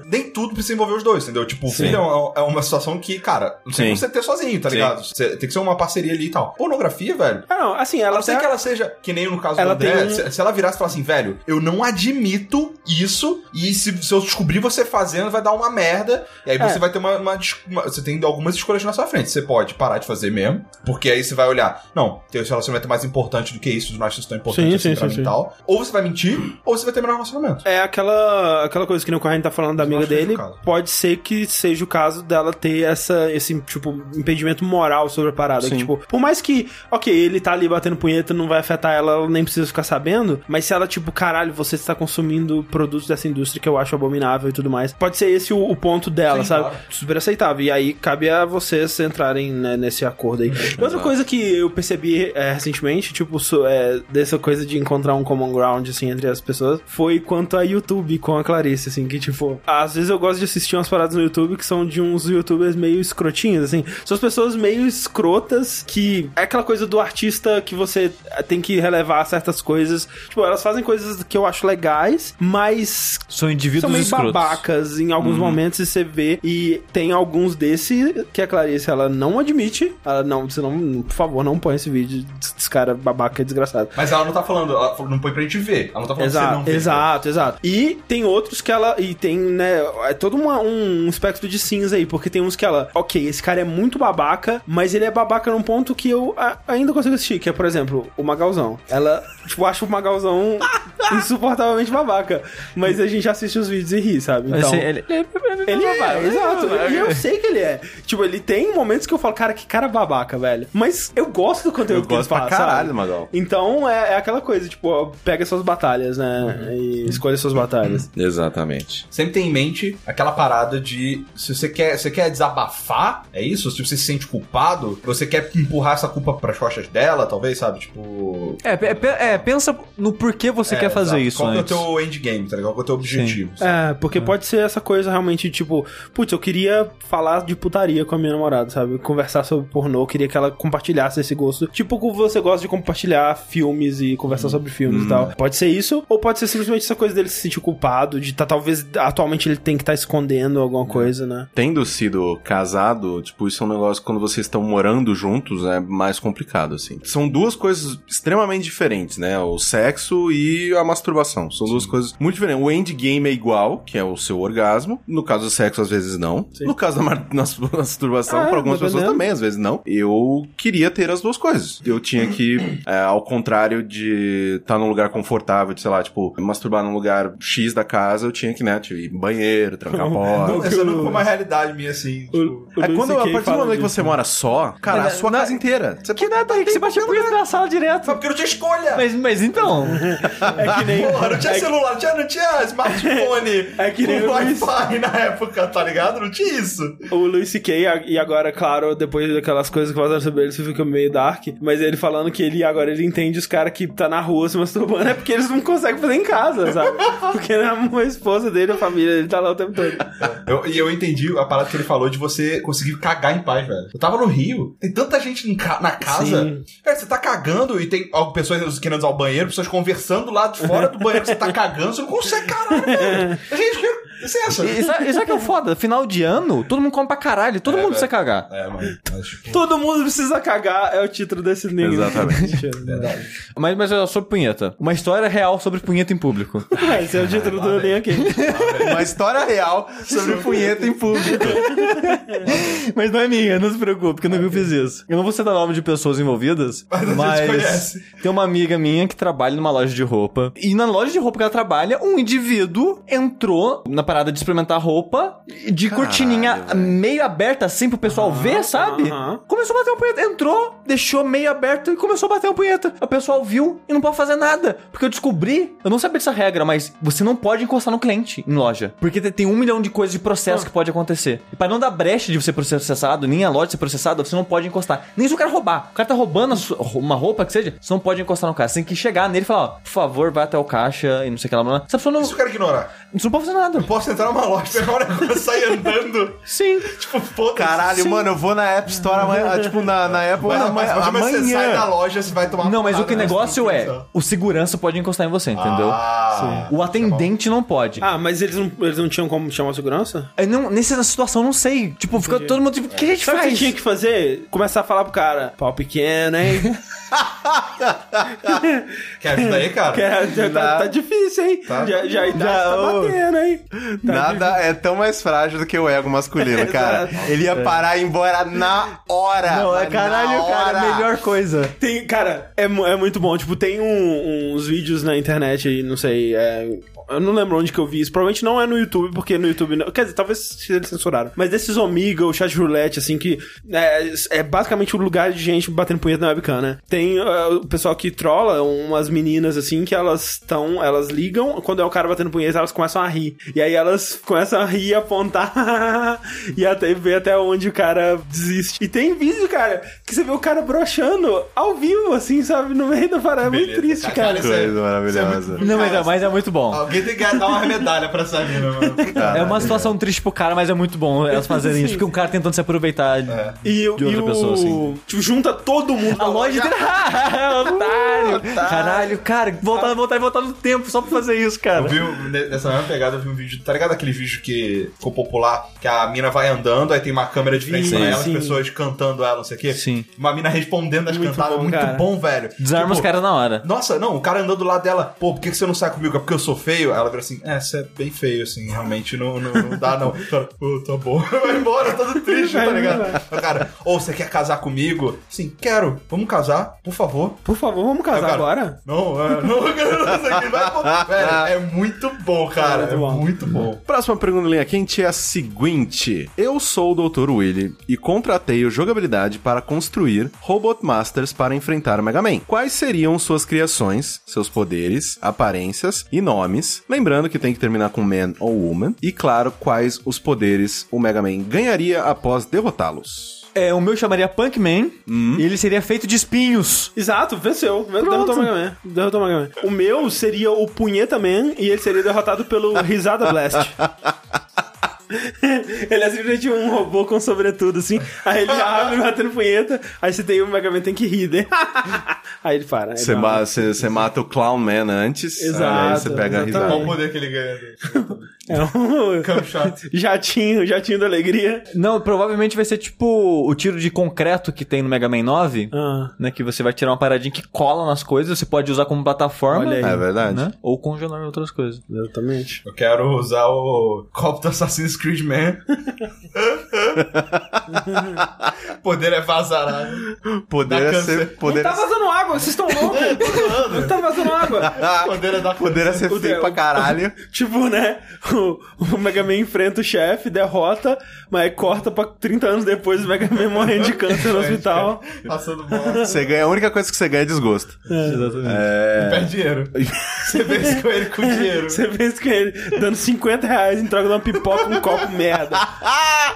Nem tudo precisa envolver os dois, entendeu? Tipo, o Sim. filho é uma, é uma situação que, cara, não tem Sim. como você ter sozinho, tá Sim. ligado? Você- tem que ser uma parceria ali e tal. Pornografia, velho. Ah, não, assim, A ela não ser até- que ela seja, que nem no caso Ela do André, tem um- se, se ela virasse e falasse assim, velho, eu não admito isso, e se, se eu descobrir você fazendo, vai dar uma merda, e aí É. você vai ter uma, uma dis- uma- Você tem algumas escolhas na sua frente. Você pode parar de fazer mesmo, porque aí você vai olhar, não, tem esse relacionamento é mais importante do que isso, não acho isso tão importante Sim, assim sim, pra sim, mim sim. e tal. Ou você vai mentir, ou você vai terminar o relacionamento. É aquela, aquela coisa que nem o Corrente tá falando da Mas eu amiga acho que é dele. chocado. Pode ser que seja o caso dela ter essa, esse, tipo, impedimento moral sobre a parada. Sim. Que, tipo, por mais que, ok, ele tá ali batendo punheta, não vai afetar ela, ela nem precisa ficar sabendo. Mas se ela, tipo, caralho, você está consumindo produtos dessa indústria que eu acho abominável e tudo mais. Pode ser esse o, o ponto dela, Sim, sabe? claro. Super aceitável. E aí cabe a vocês entrarem né, nesse acordo É aí. E outra coisa que eu percebi é, recentemente, tipo, so- é, dessa coisa de encontrar um common ground, assim, entre as pessoas, foi quanto a YouTube com a Clarice, assim, que, tipo, às vezes eu gosto de assistir umas paradas no YouTube que são de uns youtubers meio escrotinhos, assim. São as pessoas meio escrotas que. É aquela coisa do artista que você tem que relevar certas coisas. Tipo, elas fazem coisas que eu acho legais, mas São indivíduos são meio escrotos. babacas em alguns momentos e você vê. E tem alguns desse que a Clarice ela não admite. Ela não, você não, por favor, não põe esse vídeo des- desse cara babaca desgraçado. Mas ela não tá falando, ela falou, não põe pra gente ver. Ela não tá falando pra você não Exato, ver. exato, exato. E tem outros que ela. E tem, né? É todo uma- um, um espectro de cinza aí, porque tem uns que ela. Ok, esse cara é muito babaca, mas ele é babaca num ponto que eu a- ainda consigo assistir, que é, por exemplo, o Magalzão. Ela, tipo, acha [LAUGHS] o Magalzão insuportavelmente babaca, mas a gente assiste os vídeos e ri, sabe? Então, então. Assim, Esse- Assim, ele- Ele é, exato. E eu sei que ele é. Tipo, ele tem momentos que eu falo, cara, que cara babaca, velho. Mas eu gosto do conteúdo Eu que ele gosto pra faz, caralho, sabe? Magal. Então é, é aquela coisa, tipo, ó, pega suas batalhas, né? Uhum. E escolha suas batalhas. Exatamente. Sempre tem em mente aquela parada de se você quer, você quer desabafar, é isso? Se você se sente culpado, você quer empurrar essa culpa pras costas dela, talvez, sabe? Tipo. É, pe- é, pe- é, pensa no porquê você quer fazer exato. isso Qual que antes. é o teu endgame, tá ligado? Qual que é o teu objetivo? sabe? É, porque pode ser essa coisa realmente, tipo, putz, eu queria falar de putaria com a minha namorada, sabe? Conversar sobre pornô, eu queria que ela compartilhasse esse gosto. Tipo, como você gosta de compartilhar filmes e conversar Uhum. sobre filmes e tal. Pode ser isso, ou pode ser simplesmente essa coisa dele se sentir culpado, de tá, talvez atualmente ele tem que estar escondendo alguma É. coisa, né? Tendo sido casado, tipo, isso é um negócio que quando vocês estão morando juntos, é mais complicado, assim. São duas coisas extremamente diferentes, né? O sexo e a masturbação. São duas coisas muito diferentes. O endgame é igual, que é o seu orgasmo. No caso do sexo, às vezes não. No caso da mar- [LAUGHS] nas- masturbação, Ah, pra algumas dependendo. pessoas também, às vezes não. Eu queria ter as duas coisas. Eu tinha [COUGHS] que, é, ao contrário de estar num lugar confortável, de, sei lá, tipo, masturbar num lugar X da casa, eu tinha que, né, tipo, ir no banheiro, trancar [LAUGHS] a porta. Não, essa nunca foi uma realidade minha, assim. Tipo, É quando, a partir do momento que você mora só, cara, a Mas, sua na- casa inteira. Você Que é nada aí que você bate a punheta na sala Sabe, direto. Tipo, porque não tinha escolha! Mas, [LAUGHS] mas então. É que nem. Porra, não tinha é que- celular, não tinha, não tinha smartphone [LAUGHS] É [LAUGHS] que nem com o Luiz. Wi-Fi na época, tá ligado? Não tinha isso. O Luis C.K., a- e agora, claro, depois daquelas coisas que falaram sobre ele, isso fica meio dark. Mas ele falando que ele agora ele entende os caras que tá na rua se masturbando, é porque eles não conseguem fazer em casa, sabe? Porque né, a esposa dele, a família, ele tá lá o tempo todo. Eu- e eu entendi a parada que ele falou de você conseguir cagar em paz, velho. Eu tava no Rio, tem tanta gente em ca- na casa. Sim. Cara, você tá cagando e tem ó, pessoas querendo usar o banheiro, pessoas conversando lá de fora do banheiro que você tá cagando, você não consegue, caralho, velho. Gente, que... licença. E sabe, e sabe que é o foda? Final de ano, todo mundo come pra caralho, todo mundo precisa cagar. É, mano. Mas, tipo, Todo mundo precisa cagar, é o título desse livro. [LAUGHS] Exatamente. verdade. Mas, mas olha, sobre punheta. Uma história real sobre punheta em público. Ué, Esse é o título do Linha aqui. Uma história real sobre punheta em público. [LAUGHS] mas não é minha, não se preocupe, que eu nunca fiz isso. Eu não vou citar nome de [LAUGHS] pessoas envolvidas, Mas a mas, gente conhece. tem uma amiga minha que trabalha numa loja de roupa. E na loja de roupa que ela trabalha, um indivíduo entrou na parada de experimentar roupa de Caralho, cortininha velho. meio aberta, assim pro pessoal ver, sabe? aham. Começou a bater um punheta, entrou, deixou meio aberto e começou a bater um punheta. O pessoal viu e não pode fazer nada. Porque eu descobri, eu não sabia dessa regra, mas você não pode encostar no cliente em loja. Porque te- tem um milhão de coisas de processo que pode acontecer. E pra não dar brecha de você ser processado, nem a loja ser processada, você não pode encostar. Nem se o cara roubar. O cara tá roubando a sua- uma roupa que seja, você não pode encostar no cara. Você tem que chegar nele e falar, ó, por favor, vai até o caixa e não sei o que é- lá. blá, blá. Essa pessoa não. Isso eu quero ignorar. Você não pode fazer nada. Eu posso entrar numa loja, pegar um negócio e sair andando. Sim. Tipo, foda-se. Caralho, mano, eu vou na App Store amanhã. [LAUGHS] ah, tipo, na, na Apple Mas, amanhã. mas, mas você sai da amanhã. loja, você vai tomar Não, mas o porrada, que né? negócio Você é, tem que pensar. o segurança pode encostar em você, entendeu? Ah, o atendente não pode. Ah, mas eles não, eles não tinham como chamar a segurança? Eu não, nessa situação, eu não sei. Tipo, fica todo mundo tipo, o que a gente Sabe o que faz? você tinha que fazer? Começar a falar pro cara, pau [LAUGHS] pequeno, hein? Quer ajuda aí, cara? Que é- já tá, tá difícil, hein? Tá. Já, já a idade Já, tá ô. batendo, hein? Tá Nada é tão mais frágil do que o ego [LAUGHS] masculino, cara. Ele ia parar e ir embora na hora. Não, é mas na caralho, cara, hora. melhor coisa. Tem, cara, é, mu- é muito bom. Tipo, tem um- uns vídeos na internet aí, não sei. é, eu não lembro onde que eu vi isso. Provavelmente não é no YouTube, porque no YouTube. Não, quer dizer, talvez se eles censuraram. Mas desses Omiga, o chat roulette, assim, que é, é basicamente o lugar de gente batendo punheta na webcam, né? Tem é, o pessoal que trola umas meninas, assim, que elas estão. Elas ligam, quando é o cara batendo punheta, elas começam a rir. E aí elas começam a rir, apontar [LAUGHS] e até ver até onde o cara desiste. E tem vídeo, cara, que você vê o cara broxando ao vivo, assim, sabe? No meio da parada. É muito Beleza, triste, cara. isso é- Coisa maravilhosa. isso é muito- Não, mas é, Cara, mas é muito bom. Alguém tem que dar uma medalha pra essa mina, mano. É uma situação triste pro cara, mas é muito bom elas fazerem isso. Sim. Tá. Porque um cara tentando se aproveitar. E, o- De outra e o- pessoa, assim. Tipo, junta todo mundo na A loja loja. inteira. [LAUGHS] otário, Caralho, cara, Tá. voltar, voltar e voltar no tempo só pra fazer isso, cara. Eu vi, um- nessa mesma pegada, eu vi um vídeo, tá ligado aquele vídeo que ficou popular, que a mina vai andando, aí tem uma câmera de frente Sim, pra ela, as sim. pessoas cantando ela, não sei o quê. Sim. Uma mina respondendo as Muito cantadas, bom, muito cara. bom, velho. Desarma os Tipo, caras na hora. Nossa, não, o cara andando do lado dela, pô, por que que você não sai comigo? É porque eu sou feio? Ela vira assim, é, você é bem feio, assim, realmente não, não, não dá, [LAUGHS] não. Cara, pô, tá bom, [LAUGHS] vai embora, todo triste, tá ligado? O Cara, ou você quer casar comigo? Sim, quero, vamos casar, por favor. Por favor, vamos Aí o casar cara, agora? Não, é, [LAUGHS] não, não, isso aqui vai pro- Velho, é muito bom, cara, Muito é bom. muito bom. Próxima pergunta do linha quente é a seguinte: Eu sou o Dr. Willy e contratei o jogabilidade para construir Robot Masters para enfrentar o Mega Man. Quais seriam suas criações, seus poderes, aparências e nomes? Lembrando que tem que terminar com man ou woman. E claro, quais os poderes o Mega Man ganharia após derrotá-los? É, o meu chamaria Punkman Hum. e ele seria feito de espinhos. Exato, venceu. Derrotou o Mega Man. Derrotou o Mega Man. O meu seria o Punheta Man e ele seria derrotado pelo Risada Blast. [LAUGHS] ele é simplesmente um robô com sobretudo, assim. Aí ele abre batendo punheta, aí você tem o Mega Man tem que rir, né? [LAUGHS] aí ele para. aí Você dá uma- ma- você- você mata o Clown Man antes, Exato, aí você pega a risada. exatamente. Qual o poder que ele ganha? É um [LAUGHS] Camshot. [LAUGHS] jatinho, jatinho da alegria. Não, provavelmente vai ser tipo o tiro de concreto que tem no Mega Man 9. Ah. Né, que você vai tirar uma paradinha que cola nas coisas, você pode usar como plataforma. Olha aí. É verdade. Né? Ou congelar em outras coisas. Exatamente. Eu quero usar o copo do Assassin's Creed [LAUGHS] Man. Poder é vazar. Poder Dá é câncer. ser. Poder Não é tá vazando água, vocês [LAUGHS] estão loucos? Não tá vazando água. Poder é dar Poder é ser O feio Theo. pra caralho. Tipo, né? O, o Mega Man enfrenta o chefe, derrota, mas corta pra 30 anos depois o Mega Man morrendo de câncer no hospital. Passando bola. Você ganha, a única coisa que você ganha é desgosto. Exatamente. E perde dinheiro. Você vence com ele com dinheiro. Você pensa que ele dando 50 reais em troca de uma pipoca e um copo [LAUGHS] merda.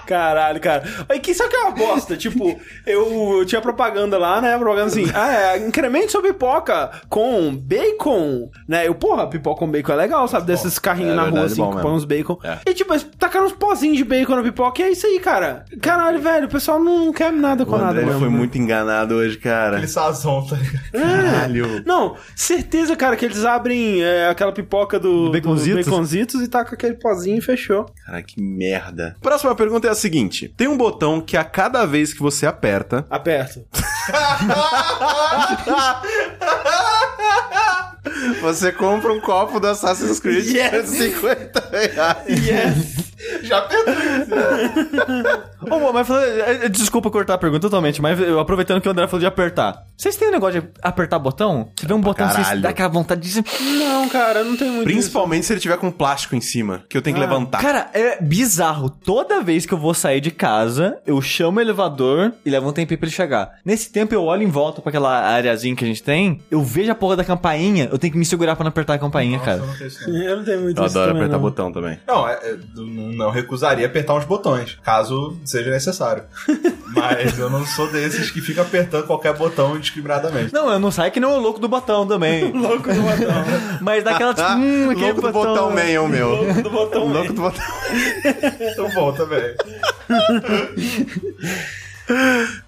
Caralho, cara. Aí que só que é uma bosta. Tipo, eu, eu tinha propaganda lá, né? Propaganda assim, ah, é, incremente sua pipoca com bacon. Né? Eu, porra, pipoca com bacon é legal, sabe? Desses carrinhos É na rua, verdade, assim, bom que mesmo. põe uns bacon. É. E tipo, eles tacaram uns pozinhos de bacon na pipoca e é isso aí, cara. Caralho, velho, o pessoal não quer nada O com nada André mesmo. foi né? muito enganado hoje, cara. Ele sazon, tá ligado? Caralho. Não, certeza, cara, que eles abrem é, aquela pipoca do, Do Baconzitos? do Baconzitos e tacam aquele pozinho e fechou. Cara, que merda. Próxima pergunta é a seguinte: tem um botão que a cada vez que você aperta, Aperto. [LAUGHS] você compra um copo do Assassin's Creed por 50 reais. Já perdeu. Ô, Mo, mas falando- eh, eh, desculpa cortar a pergunta totalmente, mas eu aproveitando que o André falou de apertar. Vocês têm um negócio de apertar botão? Se vê um botão, vocês caralho. dá aquela vontade de. Não, cara, não tem muito. Principalmente se ele tiver com plástico em cima, que eu tenho que levantar. Cara, é bizarro. Toda vez que eu vou sair de casa, eu chamo o elevador e levo um tempinho pra ele chegar. Nesse tempo, eu olho em volta pra aquela areazinha que a gente tem, eu vejo a porra da campainha, eu tenho que me segurar pra não apertar a campainha, cara. cara. Eu não tenho muito Eu isso adoro também, né? apertar não. botão também. Não, é- é, eu não não recusaria apertar uns botões, caso seja necessário. Mas eu não sou desses que fica apertando qualquer botão indiscriminadamente. Não, eu não saio que nem o louco do botão também. louco do botão. [LAUGHS] Mas dá aquela, tipo, hum, aquele Ah, Louco do botão man é o meu. Louco [LAUGHS] do botão Louco do botão Então bom também.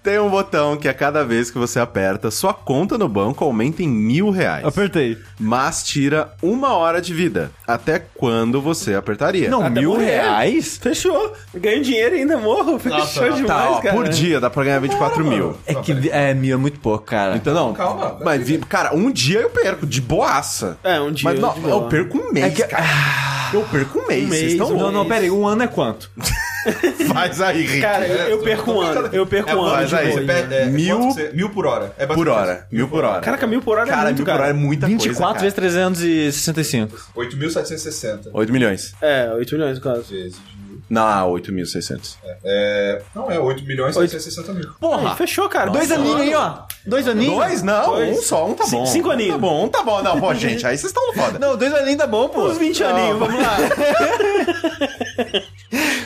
Tem um botão que a cada vez que você aperta, sua conta no banco aumenta em mil reais. Apertei. Mas tira uma hora de vida. Até quando você apertaria? Não, Até mil morrer. reais? Fechou. Ganho dinheiro e ainda morro. Fechou Nossa, demais, tá, ó, cara. por dia dá pra ganhar 24 mil. É que é, mil é muito pouco, cara. Então não. Calma. Mas, vi- cara, um dia eu perco, de boaça. É, um dia Mas não, de boa. eu perco um mês, cara. Eu perco um mês. Um mês, Vocês estão um não, não, mês. pera aí, um ano é quanto? Faz aí, Rick. Cara, eu, eu perco um ano. Eu perco um ano faz de aí. boa. É, Você perde, é, Mil- quanto que você- mil por hora. É por bastante hora. Mil por hora. Caraca, mil por hora é Cara, muito, mil cara. por hora é muita 24 coisa. vezes 365. isso. 8.760 8 milhões. É, 8 milhões no caso. vezes. Não, 8.600. É, não, é 8 milhões e 760 mil. Porra! Ah. fechou, cara. Dois aninhos aí, ó. Dois aninhos. Dois? Não, Dois. um só, um tá bom. cinco aninhos. Um tá bom, um tá bom. Não, pô, gente, aí vocês estão foda. Não, dois aninhos tá bom, um pô. Uns 20 aninhos, [LAUGHS] vamos lá.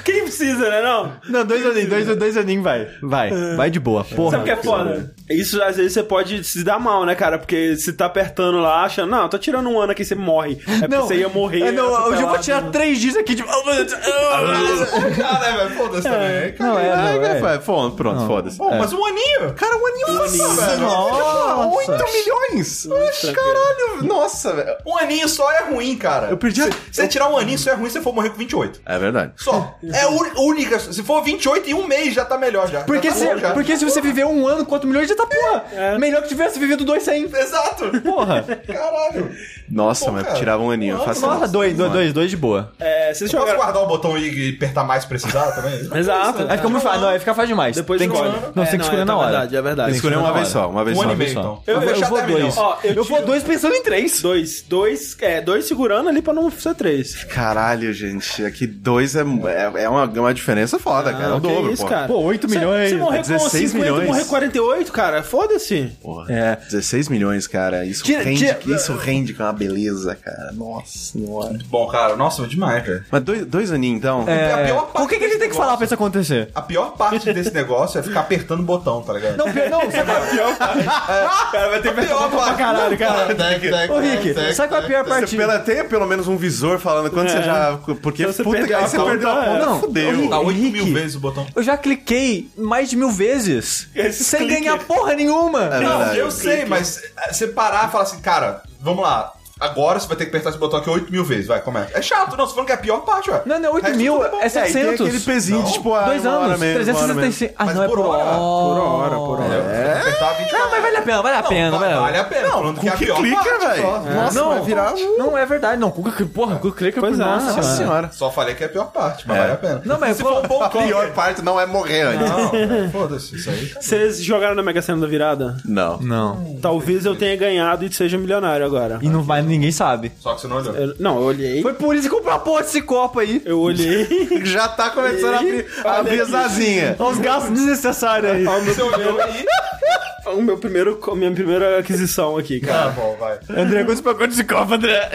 Quem precisa, né, não? Não, dois aninhos, dois, dois aninhos vai. Vai, vai de boa, porra. Sabe o que é foda? Isso às vezes você pode se dar mal, né, cara? Porque se tá apertando lá, achando, não, tô tirando um ano aqui, você morre. É porque Não, você ia morrer. é, não, hoje eu vou atropelado. tirar três dias aqui de. Ah, né, velho? Foda-se também. Cara, Não, é, Ah, não, é. é, Pô, pronto, foda-se. É. Pô, mas um aninho. Cara, um aninho, nossa, velho. Nossa. 8 milhões? Oxe, caralho. Nossa, velho. Um aninho só é ruim, cara. Eu perdi a... Se você tirar um aninho só é ruim se você for morrer com 28. É verdade. Só. É a ú- única. Se for 28 em um mês já tá melhor já. Porque já tá bom se, já. porque se você viver um ano, 4 milhões já tá porra. Melhor que tivesse vivido dois sem. Exato. Porra. Caralho. Nossa, Pô, mas cara. tirava um aninho. Nossa, Faça Nossa, isso. dois, dois, Mano. dois, dois de boa. É, vocês Posso jogaram. guardar o botão aí e apertar mais se precisar também? Exato. Aí fica muito fácil. Não, aí fica fácil demais. Depois tem que escolhe. escolher. Não, É, você tem que não, escolher é na hora. verdade, é verdade. Tem que Escolher na uma vez hora. só, uma vez Um só. ano e uma vez meio, só. então. Eu- eu deixar vou até milhão. dois. Ó, Ó, eu, Eu vou tiro- dois pensando em três. dois. Dois, é, dois segurando ali pra não ser três. Caralho, gente. Aqui dois é, é, é uma, é uma diferença foda, cara. É o que dobro, isso, pô. cara. Pô, 8 Cê- milhões, cê morrer é 16 com 50 milhões. e morrer 48, cara, foda-se. Porra. 16 milhões, cara. Isso Tira- rende, tira- isso rende que é uma beleza, cara. Nossa senhora. Bom, cara, nossa, demais, cara. Mas dois, dois aninhos, então? É, a pior parte o que, que a gente tem que falar pra isso acontecer? A pior parte desse negócio é ficar apertando o botão, tá ligado? Não, pior- não, sabe qual é a pior cara, vai ter pior parte. caralho, cara. Tec, tec, Ô, Rick, tec, sabe qual é a tec, pior tec. Você parte? pela, tem pelo menos um visor falando quando você já. Porque Se você puta, perder aí a você conta, perdeu a conta, não. fudeu. Tá 8 Henrique. mil vezes o botão. Eu já cliquei mais de mil vezes Esse sem clique. ganhar porra nenhuma. Não, Não, verdade. eu sei, mas eh, você parar e falar assim, cara, vamos lá. Agora você vai ter que apertar esse botão aqui 8 mil vezes, vai, começa. É chato, não, você falando que é a pior parte, ué. Não, não, é 8 Resto mil, tudo bom. é É, e tem 700. aquele pezinho de tipo, ah, Dois uma hora anos, mesmo, uma hora mesmo. 365. Ah, Mas não, é por por hora. hora. Por hora, por hora. É. Apertar 20 Não, mas vale a pena, vale a pena, vale, velho. vale a pena. Falando que é a que pior clica, parte, velho? só. Nossa, não, vai virar um- Não, é verdade, não. Cuca, porra, Cuca clica Pois por é, nossa. nossa Nossa senhora. senhora. Só falei que é a pior parte, mas É. vale a pena. Não, mas Se pô- for um bom A pior clicker- parte não é morrer antes. Não, velho, foda-se, isso aí. Vocês jogaram na Mega Sena da virada? Não. Não. Talvez eu tenha ganhado e seja milionário agora. E não vai, ninguém sabe. Só que você não olhou. Eu- não, eu olhei. Foi por isso que comprou a porra desse copo aí. Eu olhei. Já tá começando a abrir, a abrir as asinhas. Olha os gastos desnecessários aí. ó, o meu Você olhou primeiro, [LAUGHS] aí. o meu primeiro, co- minha primeira aquisição aqui, cara. Tá bom, vai. André, quantos pacotes de copo, André?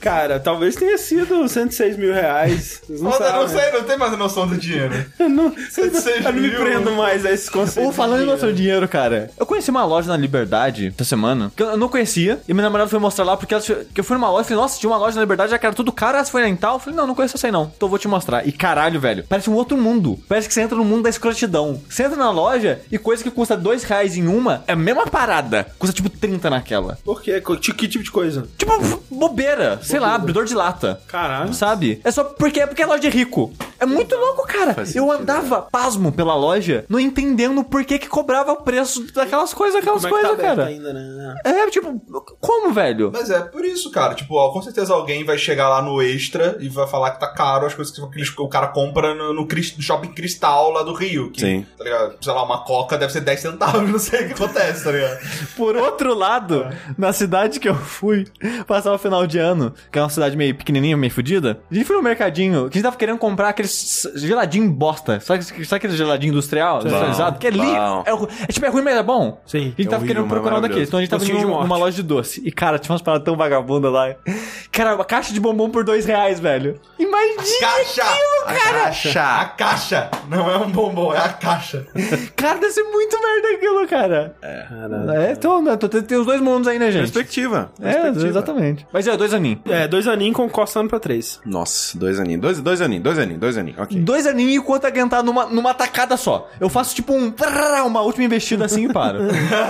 Cara, talvez tenha sido 106 mil reais. Vocês não Não, sabem. não sei, não tem mais noção do dinheiro. Eu não, 106 eu não me mil. prendo mais a esse conceito. Ou falando em de noção de dinheiro, cara. Eu conheci uma loja na Liberdade essa semana, que eu não conhecia, e minha namorada foi mostrar lá, porque ela, que eu fui numa loja e falei, nossa, tinha uma loja na Liberdade, já que era tudo caro, essa foi rental. Eu falei, não, não conheço essa aí não, então eu vou te mostrar. E caralho, velho, parece um outro mundo. Parece que você entra no mundo da escrotidão. Você entra na loja e coisa que custa dois reais em uma, é a mesma parada. Custa tipo 30 naquela. Por quê? Co- ti- Que tipo de coisa? Tipo, bobeira, sei lá, abridor de lata. Caralho. Sabe? É só porque é porque é loja de rico. É muito louco, cara. Eu andava pasmo pela loja, não entendendo por que que cobrava o preço daquelas coisas, aquelas Como é que tá coisas, aberto cara. ainda, né? É, tipo, como, velho? Mas é por isso, cara. Tipo, ó, com certeza alguém vai chegar lá no extra e vai falar que tá caro as coisas que aqueles- que o cara compra no, no cris- no shopping cristal lá do Rio. Que, Sim. Tá ligado? Sei lá, uma coca deve ser 10 centavos, [LAUGHS] não sei o que acontece, tá ligado? Por outro lado, na cidade que eu fui passar o final de ano, que é uma cidade meio pequenininha, meio fodida, a gente foi no mercadinho que a gente tava querendo comprar aqueles geladinho bosta. Sabe, sabe aquele geladinho industrial, industrializado? Que é li. Bom. É, ru- é tipo, é ruim, mas é bom. Sim. A gente É tava horrível, querendo mas procurar um maravilhoso. daqueles. Então a gente tava Gostinho indo de morte. numa loja de doce. E, cara, tinha umas paradas tão vagabundas lá. Cara, uma caixa de bombom por dois reais, velho. [LAUGHS] Imagina! Caixa! a caixa! A caixa! Não é um bombom, é a caixa. Cara, deve ser muito merda aquilo, cara. É, é então, né, tô- tem, tem os dois mundos aí, né, gente? Perspectiva. É, perspectiva. exatamente. Mas é, dois aninhos. É, dois aninhos com- coçando pra três. Nossa, dois aninhos. Dois, dois aninhos, dois aninhos, dois aninhos. Ok. Dois aninhos enquanto aguentar numa, numa tacada só. Eu faço tipo um. prrrrá, Uma última investida assim e paro. [LAUGHS]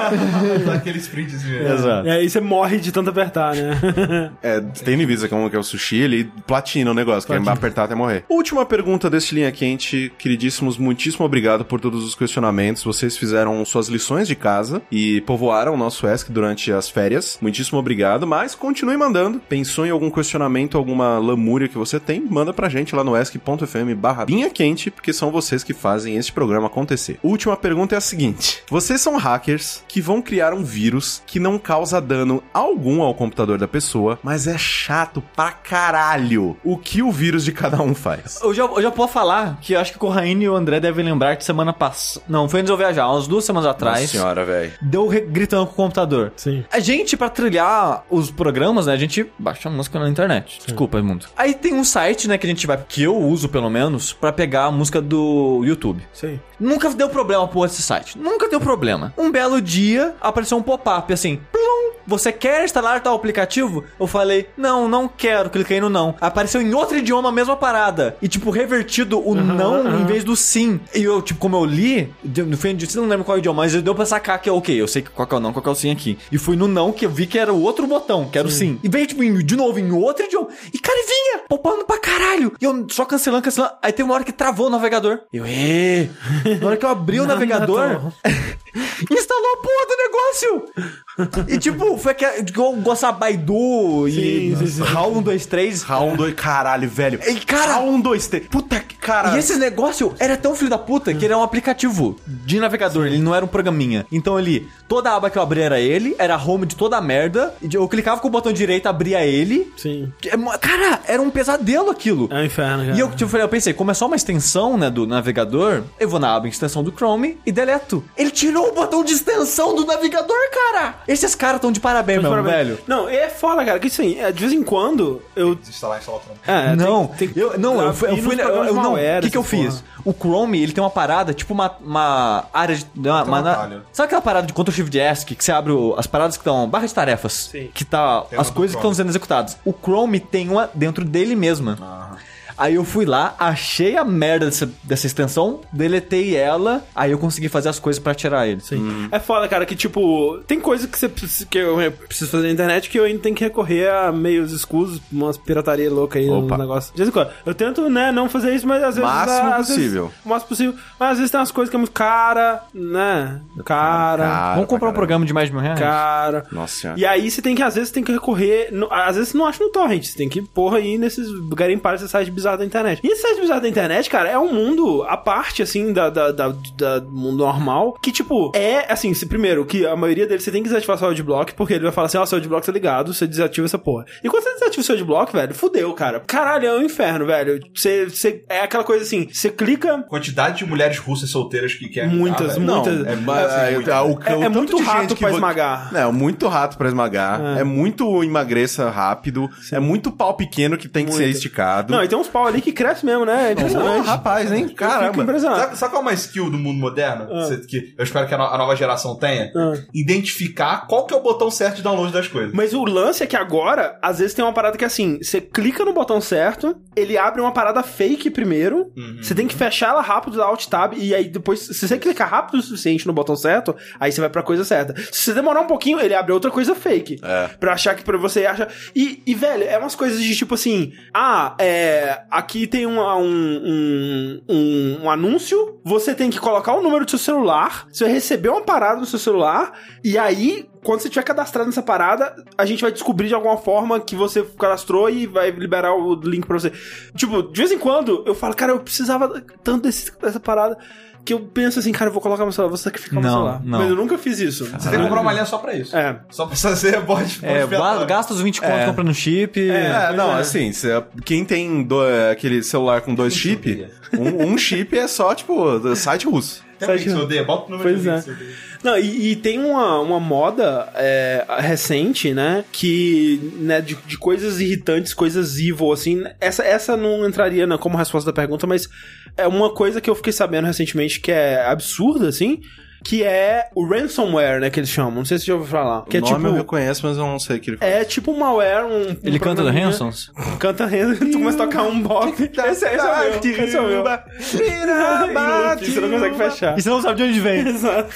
Dá aquele sprintzinho. né? Exato. E É, aí você morre de tanto apertar, [LAUGHS] né? É, tem Nivisa, que é um que é o sushi, ele platina o negócio, que é apertar até morrer. Última pergunta deste Linha Quente, queridíssimos, muitíssimo obrigado por todos os questionamentos. Vocês fizeram suas lições de casa e povoaram o nosso ESC durante as férias. Muitíssimo obrigado, mas continue mandando. Pensou em algum questionamento, alguma lamúria que você tem? Manda pra gente lá no ESC.fm barra Linha Quente, porque são vocês que fazem este programa acontecer. Última pergunta é a seguinte. Vocês são hackers que vão criar um vírus que não causa dano algum ao computador da pessoa, mas é chato pra caralho o que o vírus de cada um faz. Eu já, eu já posso falar que eu acho que o Corraine e o André devem lembrar que semana passada. Não, foi antes de eu viajar, umas duas semanas atrás. velho. Deu re- gritando com o computador. Sim. A gente, pra trilhar os programas, né? A gente baixa a música na internet. Desculpa, Edmundo. Aí tem um site, né, que a gente vai. Que eu uso, pelo menos, pra pegar a música do YouTube. Sim. Nunca deu problema pôr esse site. Nunca deu problema. Um belo dia apareceu um pop-up assim. Plum! Você quer instalar tal aplicativo? Eu falei, não, não quero. Cliquei no não. Apareceu em outro idioma a mesma parada. E, tipo, revertido o não em vez do sim. E eu, tipo, como eu li, deu- no fim disso, eu não lembro qual é idioma, mas deu pra sacar que é ok. Eu sei qual que é o não, qual que é o sim aqui. E fui no não que eu vi que era o outro botão, que era o sim. E veio, tipo, em- de novo em outro idioma. E, cara, e vinha poupando pra caralho. E eu só cancelando, cancelando. Aí tem uma hora que travou o navegador. Eu, ê! Na hora que eu abri o navegador, [LAUGHS] instalou a porra do negócio. E tipo, foi que igual gostar Baidu e um, Sim, sim, um, sim. Raul 1, 2, 3. Round 2, caralho, velho. E cara, Round 2, 3. Puta que e caralho. esse negócio era tão filho da puta que ele era um aplicativo de navegador, ele não era um programinha. Então ele, toda a aba que eu abria era ele, era home de toda a merda. e Eu clicava com o botão direito, abria ele. Sim. É mo- Cara, era um pesadelo aquilo. É um inferno, cara. E eu, tipo, falei, eu pensei, como é só uma extensão, né, do navegador, eu vou na aba extensão do Chrome e deleto. Ele tirou o botão de extensão do navegador, cara! Esses caras estão de parabéns, meu Parabéns. velho. Não, e é foda, cara, que assim, é, de vez em quando eu. Desinstalar, instalar outra. É, não, tem- tem- eu, não, eu fui, eu e nos fui- eu- programas eu não, malware, o que que eu essas porra. fiz? O Chrome, ele tem uma parada, tipo uma, uma área de, uma, uma- um atalho. sabe aquela parada de Ctrl Shift S que você abre o- as paradas que estão, barra de tarefas, Sim. que tá, Tem uma as do coisas que estão Chrome. sendo executadas. O Chrome tem uma dentro dele mesma. Aí eu fui lá, achei a merda dessa, dessa extensão, deletei ela, aí eu consegui fazer as coisas pra tirar ele. Sim. É foda, cara, que tipo, tem coisa que você precisa- que eu preciso fazer na internet que eu ainda tenho que recorrer a meios escusos, umas pirataria louca aí no Opa. negócio. De vez em quando. Eu tento, né, não fazer isso, mas às vezes. Máximo dá- às possível. Vezes, o máximo possível. Mas às vezes tem umas coisas que é muito cara, né? Cara. Vamos comprar um programa de mais de mil reais? Cara. É. Nossa senhora. E aí você tem que, às vezes, tem que recorrer. no- às vezes você não acha no torrent, você tem que, porra, ir nesses garimpar esses sites bizarros da internet. E esse site bizarro da internet, cara, é um mundo à parte, assim, da, da, da- da- do mundo normal. Que, tipo, é assim, se- primeiro, que a maioria deles você tem que desativar seu adblock, porque ele vai falar assim, ó, seu adblock tá ligado, você desativa essa porra. E quando você desativa o seu adblock, velho, fudeu, cara. Caralho, é um inferno, velho. Você, você, é aquela coisa assim, você clica. Quantidade de mulheres russas solteiras que querem. Muitas, velho. Não, muitas- é, ba- assim, é- muito. é- o cão- É- é tanto muito de gente rato que pra vo- esmagar. É, muito rato pra esmagar. É, muito emagreça rápido. É muito pau É pequeno que tem que ser esticado. Não, e tem uns pau ali que cresce mesmo, né? É Ah, impressionante. rapaz, hein? Eu fico Caramba. impressionado. Sabe, sabe qual é uma skill do mundo moderno? Ah. Cê- Que eu espero que a, no- a nova geração tenha? Ah. Identificar qual que é o botão certo de download das coisas. Mas o lance é que agora, às vezes tem uma parada que é assim, você clica no botão certo, ele abre uma parada fake primeiro, você tem que fechar ela rápido da Alt Tab, e aí depois, se você clicar rápido o suficiente no botão certo, aí você vai pra coisa certa. Se você demorar um pouquinho, ele abre outra coisa fake. É. Pra achar que pra você acha. E, e, velho, é umas coisas de tipo assim: ah, é. Aqui tem um, um, um, um anúncio, você tem que colocar o número do seu celular, você vai receber uma parada no seu celular, e aí. Quando você tiver cadastrado nessa parada, a gente vai descobrir de alguma forma que você cadastrou e vai liberar o link pra você. Tipo, de vez em quando eu falo, cara, eu precisava tanto desse- dessa parada que eu penso assim, cara, eu vou colocar meu celular, vou sacrificar meu Não, celular. não. Mas eu nunca fiz isso. Você tem que comprar uma linha só pra isso. É. Só pra fazer bot É, ba- gasta os 20 conto comprando chip. É, não, é. assim, cê- quem tem do- aquele celular com dois chip, um, um chip é só, tipo, site russo. Tem alguém que você odeia? Bota o número Pois de é. Não, e, e tem uma, uma moda é, recente, né? Que. Né, de, de coisas irritantes, coisas evil, assim. Essa, essa não entraria na- como resposta da pergunta, mas é uma coisa que eu fiquei sabendo recentemente que é absurda, assim. Que é o ransomware, né? Que eles chamam. Não sei se você já ouviu falar. [LAUGHS] Que o é nome eu tipo. reconheço, mas eu não sei o que ele fala. É tipo um malware, um. Ele um canta do programinha. Hansons? Canta Hanson, [LAUGHS] tu começa a tocar um bop. Esse, esse é o meu. Esse é o meu. [LAUGHS] Inútil, Você não consegue fechar. E você não sabe de onde [LAUGHS] vem. Exato.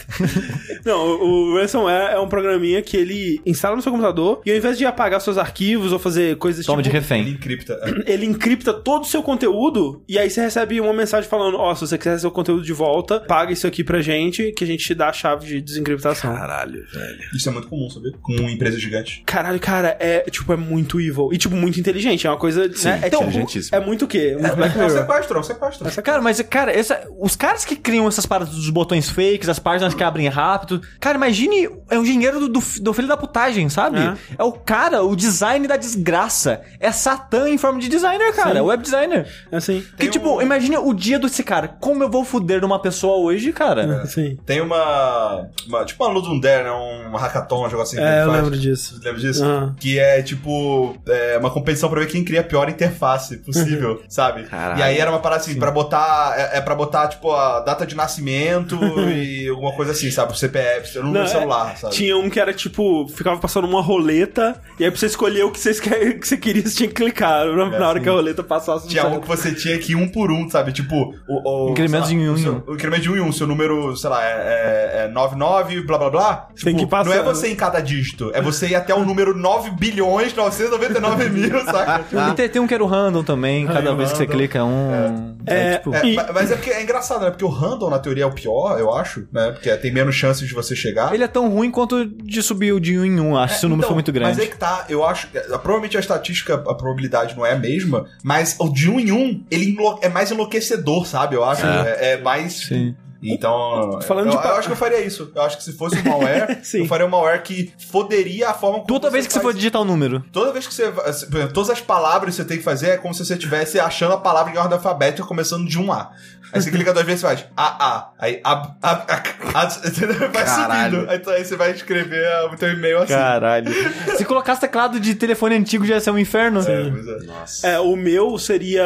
Não, o o ransomware é um programinha que ele instala no seu computador e ao invés de apagar seus arquivos ou fazer coisas Toma de tipo, Ele refém. encripta. ele encripta todo o seu conteúdo e aí você recebe uma mensagem falando: "Ó, se você quiser seu conteúdo de volta, paga isso aqui pra gente que a gente te dá a chave de desencriptação". Caralho, velho. Isso é muito comum, sabia? Com empresa gigante. Caralho, cara, é tipo é muito evil e tipo muito inteligente, é uma coisa, né? É, tipo, inteligentíssimo. é muito o quê? Muito Black É um Mirror. sequestro, é um sequestro. Cara, mas, cara, essa- os caras que criam essas paradas dos botões fakes, as páginas que abrem rápido. Cara, imagine. É um engenheiro do, do, do filho da putagem, sabe? É. É. o cara, o design da desgraça. É Satã em forma de designer, cara. Web designer. É assim. Porque, tipo, imagina o dia desse cara. Como eu vou foder numa pessoa hoje, cara? Assim. Tem uma, uma- Tipo uma Ludum Dare, né? Um hackathon, um jogo assim. que É, ele eu faz. lembro disso. Ah. Você lembra disso? Aham. Que é tipo é, uma competição pra ver quem cria a pior interface possível, Uhum. sabe? Caralho. E aí era uma parada assim, pra botar. É, é pra botar, tipo, a data [LAUGHS] de nascimento e alguma coisa assim, sabe? O CPF, o número Não, do é- celular, sabe? Tinha um que era tipo, ficava passando uma roleta, e aí pra você escolher o que, [LAUGHS] vocês quer, que você queria, você tinha que clicar na, na hora que a roleta passasse. É, Tinha um que você tinha que ir um por um, sabe? Tipo, o. o Incrementos sei lá, em um o em seu- um. O incremento de um em um, seu número, sei lá, é, é, é 99, blá blá blá. Tem que passar, Não é né? você em cada dígito, é você ir até o número 9 bilhões 999 mil, [LAUGHS] saca? E tem, tem um que era o random também. Cada o vez que você random. clica, um. É. tipo, É, E- ma- mas é porque é engraçado, né? Porque o random, na teoria, é o pior, eu acho, né? Porque tem menos chances de você chegar. Ele é tão ruim quanto de subir o de um em um. Acho que se o número Então, foi muito grande. Mas é que tá, eu acho. é, Provavelmente a estatística, a probabilidade não é a mesma, mas o de um em um, ele enlou- é mais enlouquecedor, sabe? Eu acho. É, é mais. Sim. Então. Falando eu, de eu pa- acho que eu faria isso. Eu acho que se fosse um [LAUGHS] malware, Sim. eu faria um malware que foderia a forma como. Toda vez que você for faz- digitar o número. Toda vez que você. va- se- por exemplo, Todas as palavras que você tem que fazer é como se você estivesse achando a palavra em ordem alfabética, começando de um A. Aí você clica duas vezes e faz A, A. Aí ab, ab, ac, ac, [LAUGHS] entendeu? vai Caralho. subindo. Aí, tu- aí você vai escrever ah, o teu e-mail assim. Caralho. Se colocasse teclado de telefone antigo, já ia ser um inferno. É, pois é. Nossa. [LAUGHS] É, o meu seria.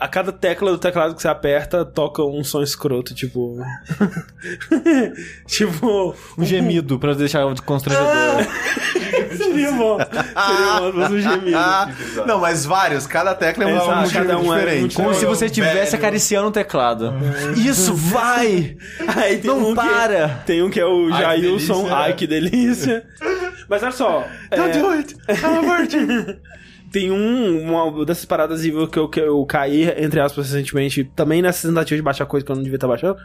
A cada tecla do teclado que você aperta, toca um som escroto, tipo. [LAUGHS] tipo. Um gemido, pra deixar Ah, constrangedor. [LAUGHS] Seria bom. Seria bom se fosse um gemido. Ah, não, mas vários, cada tecla é um Exato, motivo cada um é diferente. um Como se Velho. você Ah. estivesse um acariciando o teclado. [LAUGHS] Isso, vai! Aí tem Não um que- para! tem um que é o Ai, que Jailson. delícia. Ai, que delícia. Mas olha só. Tá Tá é- [LAUGHS] Tem um, uma dessas paradas evil que eu, que eu caí, entre aspas, recentemente, também nessa tentativa de baixar coisa que eu não devia estar baixando.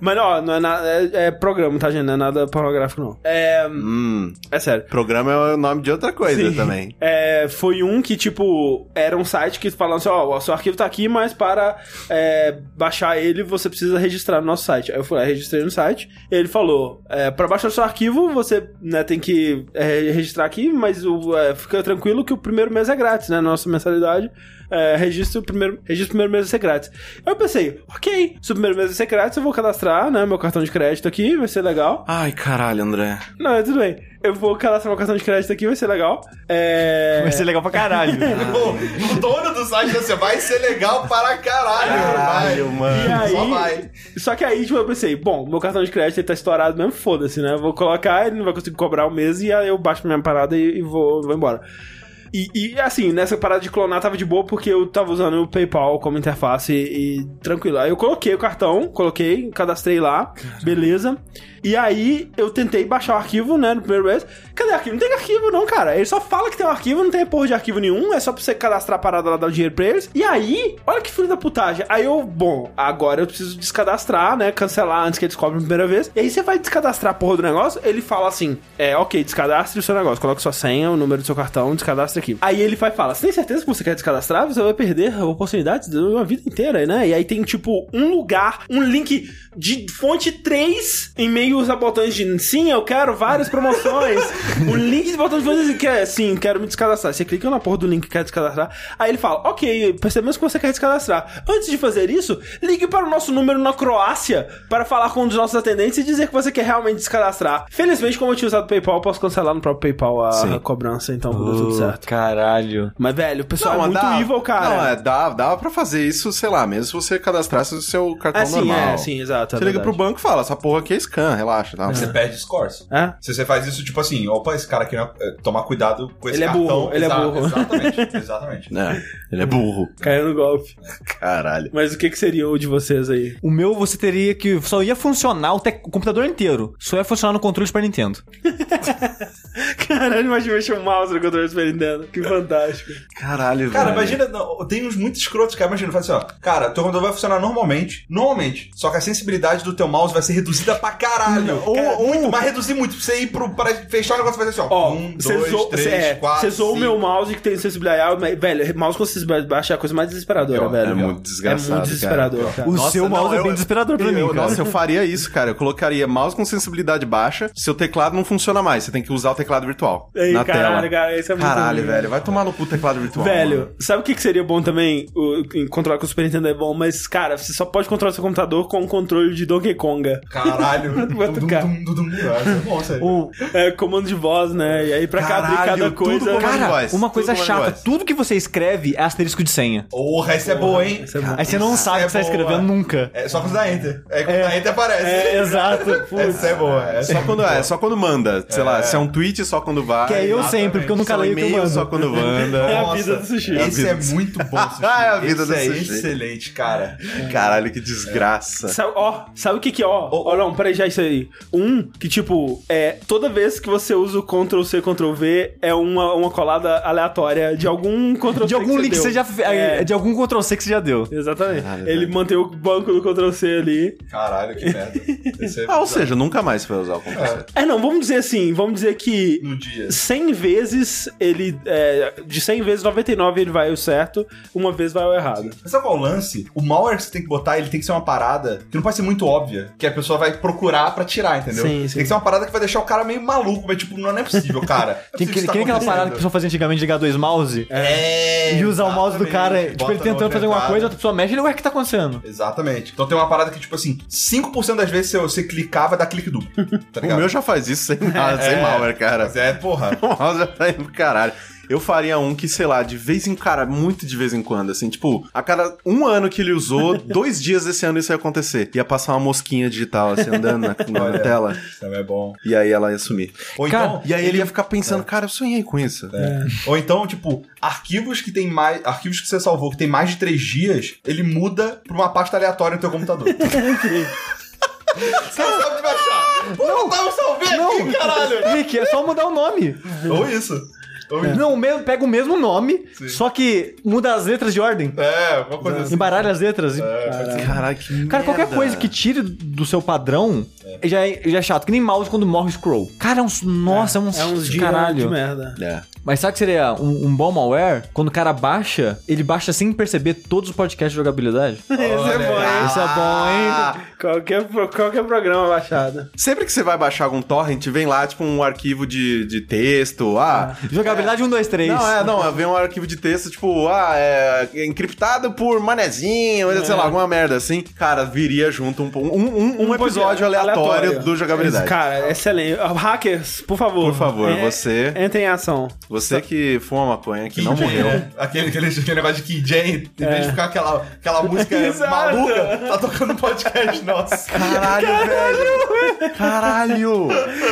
Mas, ó, não é nada. É, é programa, tá, gente? Não é nada pornográfico, não. É. Hum, É sério. programa é o nome de outra coisa Sim. também. É, foi um que, tipo, era um site que falando assim, ó, o seu arquivo tá aqui, mas para é, baixar ele, você precisa registrar no nosso site. Aí eu fui lá, registrei no site, e ele falou, é, para baixar o seu arquivo, você né, tem que é, registrar aqui, mas o, é, fica tranquilo que o primeiro mês é grátis, né, nossa mensalidade. é, registro o primeiro, registro o primeiro mês vai ser grátis. Aí eu pensei, ok, se o primeiro mês vai ser grátis, eu vou cadastrar, né, meu cartão de crédito aqui, vai ser legal. Ai, caralho, André. Não, tudo bem. Eu vou cadastrar meu cartão de crédito aqui, vai ser legal. É... Vai ser legal pra caralho. Ah, O, o dono do site você vai ser legal para caralho. Caralho, vai. mano. E aí, Só vai. Só que aí, tipo, eu pensei, bom, meu cartão de crédito ele tá estourado mesmo, foda-se, né? Eu Vou colocar, ele não vai conseguir cobrar o mês e aí eu baixo minha parada e, e vou, vou embora. E, e, assim, nessa parada de clonar tava de boa porque eu tava usando o PayPal como interface e, e tranquilo. Aí eu coloquei o cartão, coloquei, cadastrei lá, beleza. E aí eu tentei baixar o arquivo, né, no primeiro mês. Cadê o arquivo? Não tem arquivo não, cara. Ele só fala que tem um arquivo, não tem porra de arquivo nenhum, é só pra você cadastrar a parada lá, dar o dinheiro pra eles. E aí, olha que filho da putagem. Aí eu, bom, agora eu preciso descadastrar, né, cancelar antes que eles cobrem a primeira vez. E aí você vai descadastrar a porra do negócio, ele fala assim, é, ok, descadastre o seu negócio, coloca sua senha, o número do seu cartão, descadastre aqui. Aí ele vai falar, você tem certeza que você quer descadastrar? Você vai perder oportunidades de uma vida inteira, né? E aí tem, tipo, um lugar, um link de fonte 3 em meio aos botões de sim, eu quero várias promoções. o link de botões de fonte assim, quer, sim, quero me descadastrar. Você clica na porra do link que quer descadastrar. Aí ele fala, ok, percebemos que você quer descadastrar. Antes de fazer isso, ligue para o nosso número na Croácia para falar com um dos nossos atendentes e dizer que você quer realmente descadastrar. Felizmente, como eu tinha usado o PayPal, eu posso cancelar no próprio PayPal a Sim. cobrança, então deu tudo certo. Caralho. Mas, velho, o pessoal é Ah. mas muito dá- evil, cara. Não, é, dá, dava pra fazer isso, sei lá, mesmo se você cadastrasse o seu cartão É sim, normal. é, sim, exato. é Você liga pro verdade. banco e fala, essa porra aqui é scan, relaxa. Tá? Você perde scores. É? Se você faz isso, tipo assim, opa, esse cara aqui não é- é, tomar cuidado com esse Ele é cartão. burro, ele é Exato, burro. Exatamente, exatamente. É, ele é burro. Caiu no golpe. Caralho. Mas o que que seria o de vocês [LAUGHS] aí? O meu você teria que. Só ia funcionar o, te- o computador inteiro. Só ia funcionar no controle Super Nintendo. Caralho, imagina mexer o mouse no controle do Super Nintendo. Que fantástico. Caralho, Cara, velho. imagina, não, tem uns muito escrotos, cara. Imagina, faz assim, ó. Cara, teu computador vai funcionar normalmente, normalmente. Só que a sensibilidade do teu mouse vai ser reduzida pra caralho. Ou- Cara, ou- muito, mas reduzir muito. Pra você ir pro. Pra fechar o negócio, vai ser assim, ó. Ó, um, você dois, zoou- três, você- é, quatro. você zoou o meu mouse que tem sensibilidade. mas, Velho, mouse com sensibilidade baixa é a coisa mais desesperadora, Pior, velho. é muito É desgraçado, muito desesperador, cara. cara. O Nossa, seu não, mouse é eu- bem desesperador pra Eu- mim, eu- cara. Nossa, eu faria isso, cara. Eu colocaria mouse com sensibilidade baixa. Seu teclado não funciona mais. Você tem que usar o teclado virtual. Ei, na caralho, tela. cara, isso é muito Caralho, ruim. velho. Vai tomar no cu o teclado virtual. Velho, mano. sabe o que, que seria bom também? O, em controlar com o Super Nintendo é bom, mas, cara, você só pode controlar seu computador com o controle de Donkey Konga. Caralho. Vai tocar. Dum, dum, dum, dum. Ah, isso é bom, sério. É, comando de voz, né? E aí pra Caralho, cada, cada tudo coisa. com- Cara, voz, uma tudo coisa com chata, voz. tudo que você escreve é asterisco de senha. Porra, essa é boa, hein? Isso é bom. Aí você não sabe o é que você tá boa. escrevendo nunca. É só quando dá enter. É quando dá enter aparece. É, exato. Essa é boa. É só Só quando é, só quando manda. Sei lá, se é um tweet, só quando vai. Que é eu Se sempre, porque eu nunca é um leio o que eu e-mail, mando. só quando É manda. a Nossa, vida do sushi. a Esse vida é do- muito bom, Sushi. [LAUGHS] É a vida Esse do é sushi. excelente, cara. Caralho, que desgraça. Sabe, ó, sabe o que que é, ó? Ó, não, peraí, já isso aí. Um, que tipo, é, toda vez que você usa o Ctrl C, Ctrl V, é uma, uma colada aleatória de algum Ctrl C. De algum que link que deu. você já. Ah, É, De algum Ctrl C que você já deu. Exatamente. Caralho, Ele velho. mantém o banco do Ctrl C ali. Caralho, que merda. Esse é Ah, ou seja, nunca mais você vai usar o Ah, computador. É, não, vamos dizer assim, vamos dizer que no dia. 100 vezes ele. é, de 100 vezes, 99 ele vai o certo, uma vez vai o errado. Mas Sabe qual é o lance? O malware que você tem que botar, ele tem que ser uma parada que não pode ser muito óbvia, que a pessoa vai procurar pra tirar, entendeu? Sim, sim. Tem que ser uma parada que vai deixar o cara meio maluco, mas tipo, não não é possível, cara. Não [LAUGHS] é Tem possível que, isso tá que nem aquela parada que a acontecendo. pessoa fazia antigamente de ligar dois mouse É. e usar o mouse do cara, exatamente, tipo, ele bota na tentando fazer alguma alfinetada. coisa, outra pessoa mexe, ele, ué, o que tá acontecendo? Exatamente. Então tem uma parada que, tipo assim, 5% das vezes se você clicar, vai dar [LAUGHS] clique duplo. Tá O ligado? meu já faz isso sem, nada, sem malware, cara. [LAUGHS] Mas é, porra. O mouse já tá indo pro caralho. Eu faria um que, sei lá, de vez em cara, muito de vez em quando, assim, tipo, a cada um ano que ele usou, dois dias desse ano isso ia acontecer. Ia passar uma mosquinha digital, assim, andando na, na Olha. tela, Isso também é bom. e aí ela ia sumir. Ou Cara, então, E aí ele ia ficar pensando, cara, eu sonhei com isso. Ou então, tipo, arquivos que tem mais. Arquivos que você salvou que tem mais de 3 dias, ele muda pra uma pasta aleatória no teu [LAUGHS] computador. você não sabe de baixar. Pô, não, eu salvei aqui, [LAUGHS] caralho! Rick, é só mudar o nome. Ou isso. Ou isso. Não, o mesmo- pega o mesmo nome, Sim. só que muda as letras de ordem. É, uma coisa assim. É, Embaralha as letras. e- É. Caralho, que Cara, qualquer merda. coisa que tire do seu padrão já, é, já é chato. Que nem mouse quando morre o scroll. Cara, é um. Nossa, é, um. É uns dias de caralho. merda. É. Mas sabe o que seria um, um bom malware? Quando o cara baixa, ele baixa sem perceber todos os podcasts de jogabilidade. Isso é bom, hein? Isso é Ah, bom, hein? Ah. Qualquer, é pro- qualquer programa baixado. Sempre que você vai baixar algum torrent, vem lá, tipo, um arquivo de, de texto. Ah, [LAUGHS] Jogabilidade 1, 2, 3. Não, é, não, vem um arquivo de texto, tipo, ah, é encriptado por manezinho, sei lá, alguma merda assim. Cara, viria junto um, um, um- um episódio aleatório, do jogabilidade. Cara, excelente. Ah, Hackers, por favor. Por favor, É- você- Entra em ação. Você que fuma maconha, que Kid não Jam, morreu. né? Aquele, aquele, aquele negócio de Kid Jam, em vez de ficar aquela, aquela música Exato. maluca, tá tocando um podcast nosso. Caralho, velho! [LAUGHS] Caralho!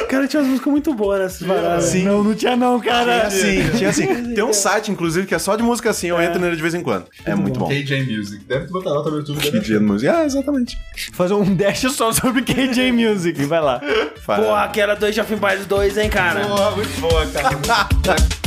Cara, tinha umas músicas muito boas nessas paradas. Sim. Não, não tinha não, cara. Tinha assim, tinha assim. Tem um site, inclusive, que é só de música assim, eu entro nele de vez em quando. É muito bom. KJ Music. Deve botar nota no YouTube. Que deve- dia de música. Ah, exatamente. Fazer um [LAUGHS] dash só sobre KJ Music. Vai lá. Fala. Porra, aquela do Age of Empires 2, hein, cara? Porra, muito boa, cara.